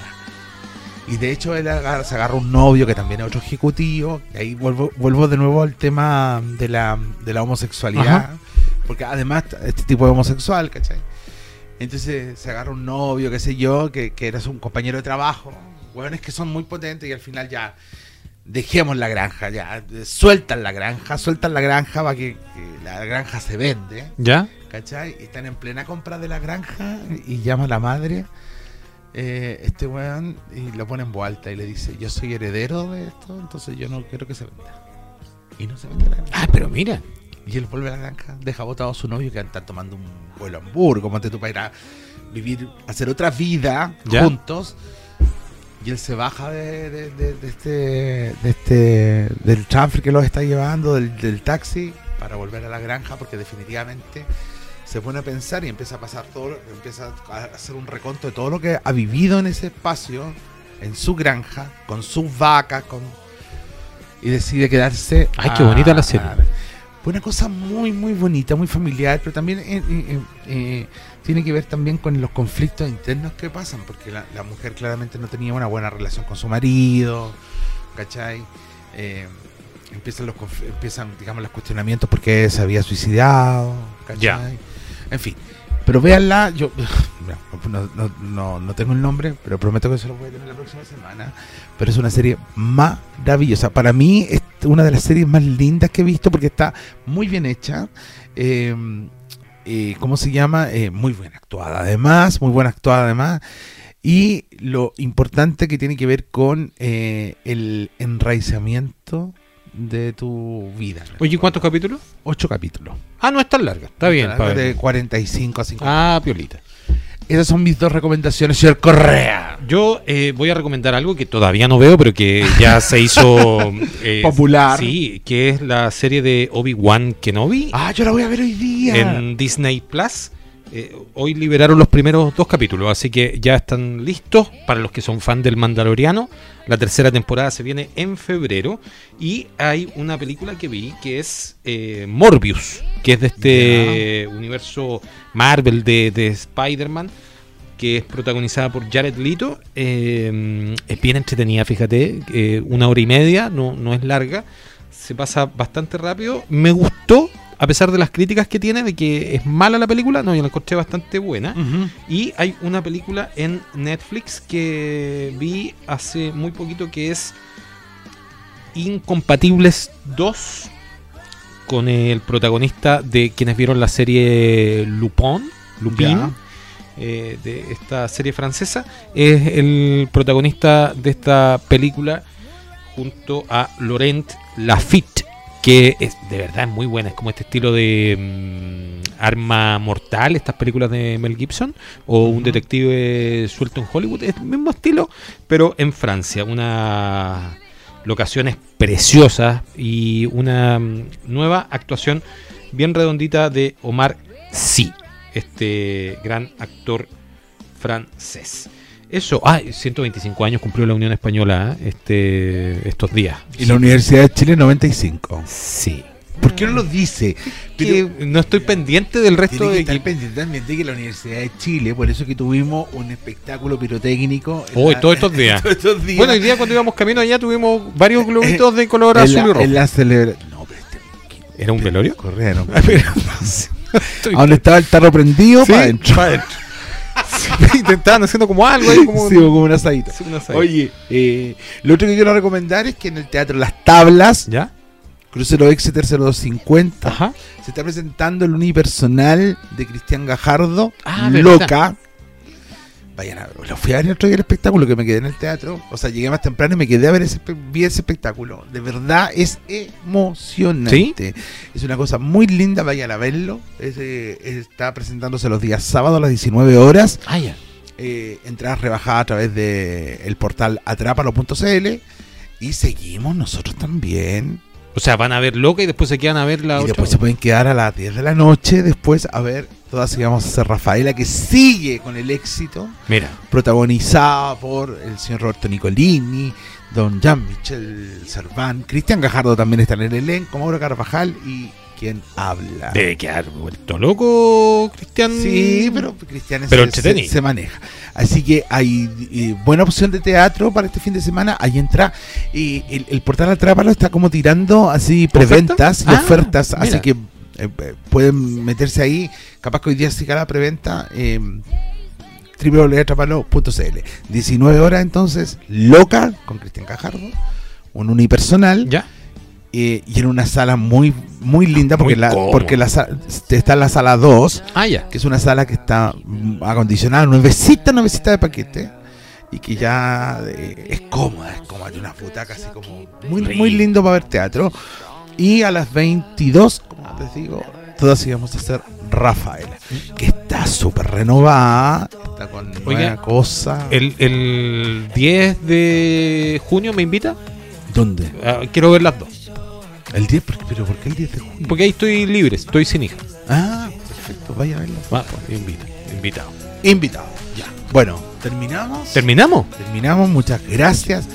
Speaker 2: Y de hecho él agar- se agarra un novio que también es otro ejecutivo. Y ahí vuelvo, vuelvo de nuevo al tema de la, de la homosexualidad.
Speaker 3: Ajá.
Speaker 2: Porque además este tipo es homosexual, ¿cachai? Entonces se agarra un novio, qué sé yo, que, que era un compañero de trabajo. Bueno, es que son muy potentes y al final ya dejemos la granja, ya eh, sueltan la granja, sueltan la granja para que, que la granja se vende,
Speaker 3: ¿Ya?
Speaker 2: ¿cachai? Y están en plena compra de la granja y llama a la madre, eh, este weón, y lo pone en vuelta y le dice, yo soy heredero de esto, entonces yo no quiero que se venda. Y no se vende la granja.
Speaker 3: Ah, pero mira.
Speaker 2: Y él vuelve a la granja, deja botado a su novio que está tomando un vuelo a Hamburgo, ponte tú para ir a vivir, hacer otra vida
Speaker 3: Ya.
Speaker 2: juntos. Y él se baja de, de- de- de este, de este, del transfer que los está llevando, del, del taxi, para volver a la granja, porque definitivamente se pone a pensar y empieza a pasar todo, lo- empieza a hacer un reconto de todo lo que ha vivido en ese espacio, en su granja, con sus vacas, con y decide quedarse.
Speaker 3: Ay, qué bonita la serie.
Speaker 2: Fue una cosa muy, muy bonita, muy familiar, pero también eh, eh, eh, eh, tiene que ver también con los conflictos internos que pasan, porque la, la mujer claramente no tenía una buena relación con su marido, ¿cachai? Eh, empiezan, los, conf- empiezan, digamos, los cuestionamientos porque se había suicidado, ¿cachai?
Speaker 3: Ya.
Speaker 2: En fin, pero véanla, yo *laughs* mira, no, no, no- no tengo el nombre, pero prometo que se lo voy a tener la próxima semana. Pero es una serie maravillosa. Para mí es una de las series más lindas que he visto porque está muy bien hecha. Eh, eh, ¿Cómo se llama? Eh, muy buena actuada además, muy buena actuada además. Y lo importante que tiene que ver con eh, el enraizamiento de tu vida.
Speaker 3: Oye, ¿cuántos capítulos?
Speaker 2: Ocho capítulos.
Speaker 3: Ah, no es tan larga. Está bien, pa'
Speaker 2: De
Speaker 3: ver.
Speaker 2: 45 a 50.
Speaker 3: Ah, piolita.
Speaker 2: Esas son mis dos recomendaciones, señor Correa.
Speaker 3: Yo eh, voy a recomendar algo que todavía no veo, pero que ya se hizo
Speaker 2: *laughs*
Speaker 3: eh,
Speaker 2: Popular.
Speaker 3: Sí, que es la serie de Obi-Wan Kenobi
Speaker 2: Ah, yo la voy a ver hoy día.
Speaker 3: en Disney Plus. Eh, hoy liberaron los primeros dos capítulos, así que ya están listos para los que son fan del Mandaloriano. La tercera temporada se viene en febrero y hay una película que vi que es eh, Morbius, que es de este universo Marvel de, de Spider-Man, que es protagonizada por Jared Leto. Eh, es bien entretenida, fíjate, eh, una hora y media, no, no es larga se pasa bastante rápido. Me gustó, a pesar de las críticas que tiene, de que es mala la película. No, yo la encontré bastante buena. Y hay una película en Netflix que vi hace muy poquito que es Incompatibles 2 con el protagonista de quienes vieron la serie Lupin, Lupin
Speaker 2: Ya.
Speaker 3: eh, de esta serie francesa. Es el protagonista de esta película junto a Laurent Lafitte, que es de verdad es muy buena. Es como este estilo de mm, arma mortal, estas películas de Mel Gibson, o un
Speaker 2: Ujú.
Speaker 3: detective suelto en Hollywood. Es el mismo estilo, pero en Francia. Unas locaciones preciosas y una mm, nueva actuación bien redondita de Omar Sy, este gran actor francés. Eso, ah, 125 años cumplió la Unión Española ¿eh? este, estos días.
Speaker 2: Y la Universidad de Chile 95.
Speaker 3: Sí.
Speaker 2: ¿Por qué no lo dice?
Speaker 3: Pero no estoy pendiente del resto
Speaker 2: Tiene que
Speaker 3: de
Speaker 2: estar
Speaker 3: que...
Speaker 2: pendiente también de que la Universidad de Chile, por eso que tuvimos un espectáculo pirotécnico. en
Speaker 3: Hoy,
Speaker 2: la-
Speaker 3: todos estos
Speaker 2: *laughs*
Speaker 3: días.
Speaker 2: todos estos días.
Speaker 3: Bueno, hoy día cuando íbamos camino allá tuvimos varios globitos de color
Speaker 2: Eh, en
Speaker 3: azul y
Speaker 2: la,
Speaker 3: rojo.
Speaker 2: en la celebra- No, pero este
Speaker 3: ¿Era
Speaker 2: *laughs*
Speaker 3: un velorio?
Speaker 2: Correa
Speaker 3: *laughs*
Speaker 2: no.
Speaker 3: Estoy-
Speaker 2: ¿A dónde estaba el tarro prendido?
Speaker 3: *laughs* Sí,
Speaker 2: para Ah, adentro. *laughs*
Speaker 3: pa' adentro. Sí, Intentaban haciendo como algo ahí, como...
Speaker 2: Sí, como un asadito.
Speaker 3: Sí, una saída.
Speaker 2: Oye, eh, lo otro que quiero recomendar es que en el Teatro Las Tablas,
Speaker 3: ¿Ya?
Speaker 2: Crucero Exeter 0250,
Speaker 3: Ajá.
Speaker 2: Se está presentando el unipersonal de Cristian Gajardo,
Speaker 3: Ah,
Speaker 2: loca. Va Vayan a Lo fui a ver el otro día el espectáculo que me quedé en el teatro. O sea, llegué más temprano y me quedé a ver ese, espe- vi ese espectáculo. De verdad es emocionante. Es una cosa muy linda. Vayan a verlo. Ese- está presentándose los días sábado a las 19 horas.
Speaker 3: Ah, ya.
Speaker 2: eh, entradas rebajadas a través del el portal atrápalo.cl y seguimos nosotros también.
Speaker 3: O sea, van a ver loca y después se quedan a ver la
Speaker 2: y
Speaker 3: otra.
Speaker 2: después se pueden quedar a las 10 de la noche después a ver todas sigamos a hacer Rafaela que sigue con el éxito
Speaker 3: Mira,
Speaker 2: protagonizada por el señor Roberto Nicolini, don Jean-Michel Serván, Cristian Gajardo también está en el elenco, Mauro Carvajal y quien habla.
Speaker 3: debe quedar vuelto loco, Cristian.
Speaker 2: Ah. Sí, pero Cristian es-
Speaker 3: Pero
Speaker 2: se,
Speaker 3: entretenido.
Speaker 2: se maneja. Así que hay eh, buena opción de teatro para este fin de semana. Ahí entra. Y el, el portal Atrápalo está como tirando así preventas y
Speaker 3: Ah,
Speaker 2: ofertas. Así
Speaker 3: mira.
Speaker 2: que eh, eh, pueden meterse ahí. Capaz que hoy día se cae la preventa. Eh, www.atrapalo.cl 19 horas entonces, loca, con Cristian Cajardo, un unipersonal
Speaker 3: ¿Ya?
Speaker 2: eh, y en una sala muy muy linda porque
Speaker 3: Ah, Muy
Speaker 2: la,
Speaker 3: cómodo.
Speaker 2: porque la sa- está la sala 2
Speaker 3: Ah, ya.
Speaker 2: que es una sala que está mm, acondicionada, nuevecita, nuevecita de paquete, y que ya eh, es cómoda, es cómoda, tiene unas butacas así como muy, muy lindo para ver teatro. Y a las 22, como les digo, todas íbamos a hacer Rafaela, que está súper renovada, está con
Speaker 3: Oiga,
Speaker 2: nueva cosa.
Speaker 3: El, el 10 de junio me invita.
Speaker 2: ¿Dónde?
Speaker 3: Ah, quiero ver las dos.
Speaker 2: El 10, ¿por qué- pero ¿por qué el 10 de junio?
Speaker 3: Porque ahí estoy libre, estoy sin hija.
Speaker 2: Ah, perfecto, vaya a verla.
Speaker 3: Va, me invita, invitado.
Speaker 2: Invitado, ya. Bueno, terminamos.
Speaker 3: ¿Terminamos?
Speaker 2: Terminamos, muchas gracias.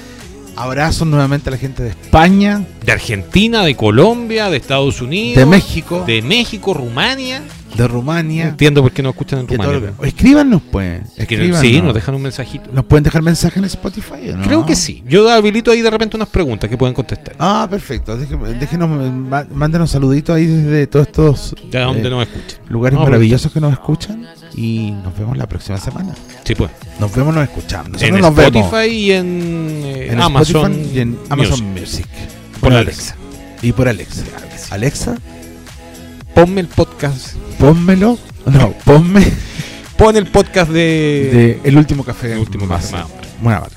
Speaker 2: Abrazos nuevamente a la gente de España,
Speaker 3: De Argentina, de Colombia, de Estados Unidos.
Speaker 2: de México, de,
Speaker 3: De México, Rumania.
Speaker 2: Rumania.
Speaker 3: Entiendo por qué no escuchan en
Speaker 2: de todo
Speaker 3: Rumania.
Speaker 2: lo que- Escríbanos, pues.
Speaker 3: pero-
Speaker 2: Escríbanos.
Speaker 3: Sí, nos dejan un mensajito.
Speaker 2: ¿Nos pueden dejar mensaje en Spotify, o no?
Speaker 3: Creo que sí. Yo habilito ahí de repente unas preguntas que pueden contestar.
Speaker 2: Ah, perfecto. Déjenos, déjenos, ma- mándenos saluditos ahí desde todos estos
Speaker 3: De donde
Speaker 2: eh,
Speaker 3: nos Ah, escuchen.
Speaker 2: lugares
Speaker 3: No,
Speaker 2: maravillosos que nos escuchan. Y nos vemos la próxima semana.
Speaker 3: Sí, pues.
Speaker 2: Nos vemos, nos escuchamos. Nosotros
Speaker 3: en
Speaker 2: nos
Speaker 3: Spotify
Speaker 2: vemos
Speaker 3: y en, eh,
Speaker 2: en
Speaker 3: Amazon.
Speaker 2: Spotify y en Amazon Music.
Speaker 3: Por
Speaker 2: Una
Speaker 3: Alexa.
Speaker 2: vez. Y por Alexa. Alexa,
Speaker 3: Ponme el podcast.
Speaker 2: pónmelo. No, ponme
Speaker 3: Pon el podcast de.
Speaker 2: de El último café.
Speaker 3: El último
Speaker 2: Más.
Speaker 3: más.
Speaker 2: Bueno, bueno.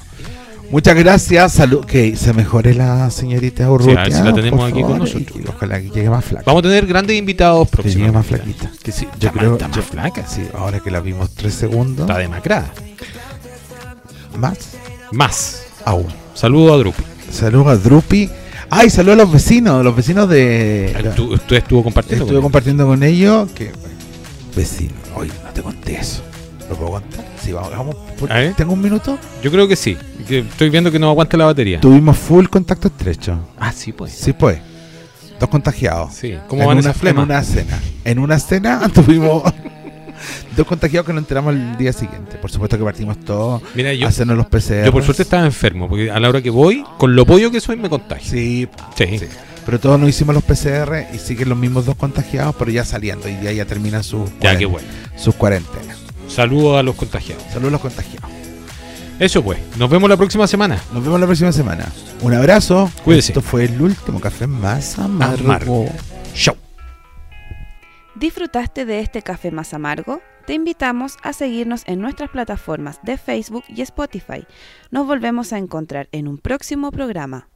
Speaker 2: Muchas gracias. Salud. Que se mejore la señorita Urrutia.
Speaker 3: Sí, a ver si la tenemos
Speaker 2: por
Speaker 3: aquí con
Speaker 2: favor,
Speaker 3: nosotros.
Speaker 2: y que ojalá que llegue más flaca.
Speaker 3: Vamos a tener grandes invitados
Speaker 2: que llegue más
Speaker 3: próximamente.
Speaker 2: flaquita.
Speaker 3: Que sí,
Speaker 2: Yo
Speaker 3: está
Speaker 2: creo-
Speaker 3: más, está más
Speaker 2: yo-
Speaker 3: flaca.
Speaker 2: Sí, ahora que la vimos tres segundos.
Speaker 3: Está demacrada.
Speaker 2: Más
Speaker 3: Más.
Speaker 2: aún.
Speaker 3: Saludo a Drupi.
Speaker 2: Saludos a Drupi. Ay, saludos a los vecinos. Los vecinos de.
Speaker 3: Tú, tú estuvo compartiendo.
Speaker 2: Estuve
Speaker 3: con-
Speaker 2: compartiendo con ellos. Que, vecino, oye, no te conté eso. ¿Lo puedo contar? Sí, vamos. vamos por-
Speaker 3: A ver.
Speaker 2: ¿Tengo un minuto?
Speaker 3: Yo creo que sí. que estoy viendo que no aguanta la batería.
Speaker 2: Tuvimos full contacto estrecho.
Speaker 3: Ah, sí, pues.
Speaker 2: Sí, pues. Dos contagiados.
Speaker 3: Sí. ¿Cómo
Speaker 2: en
Speaker 3: van
Speaker 2: una,
Speaker 3: esas flemas?
Speaker 2: En una cena. En una cena *laughs* tuvimos dos contagiados que nos enteramos el día siguiente. Por supuesto que partimos todos
Speaker 3: Mira,
Speaker 2: a
Speaker 3: Eh, yo,
Speaker 2: hacernos los PCR.
Speaker 3: yo por suerte estaba enfermo. Porque a la hora que voy, con lo pollo que soy, me contagio.
Speaker 2: Sí,
Speaker 3: Sí.
Speaker 2: sí. Pero todos nos hicimos los PCR y siguen los mismos dos contagiados, pero ya saliendo. Y ya, ya terminan sus
Speaker 3: Ya, qué
Speaker 2: cuaren-
Speaker 3: bueno.
Speaker 2: sus cuarentenas.
Speaker 3: Saludo a los contagiados.
Speaker 2: Saludos a los contagiados.
Speaker 3: Eso pues. Nos vemos la próxima semana.
Speaker 2: Nos vemos la próxima semana. Un abrazo.
Speaker 3: Cuídese.
Speaker 2: Esto fue el último café más amargo.
Speaker 3: Amargo. Chau.
Speaker 1: ¿Disfrutaste de este café más amargo? Te invitamos a seguirnos en nuestras plataformas de Facebook y Spotify. Nos volvemos a encontrar en un próximo programa.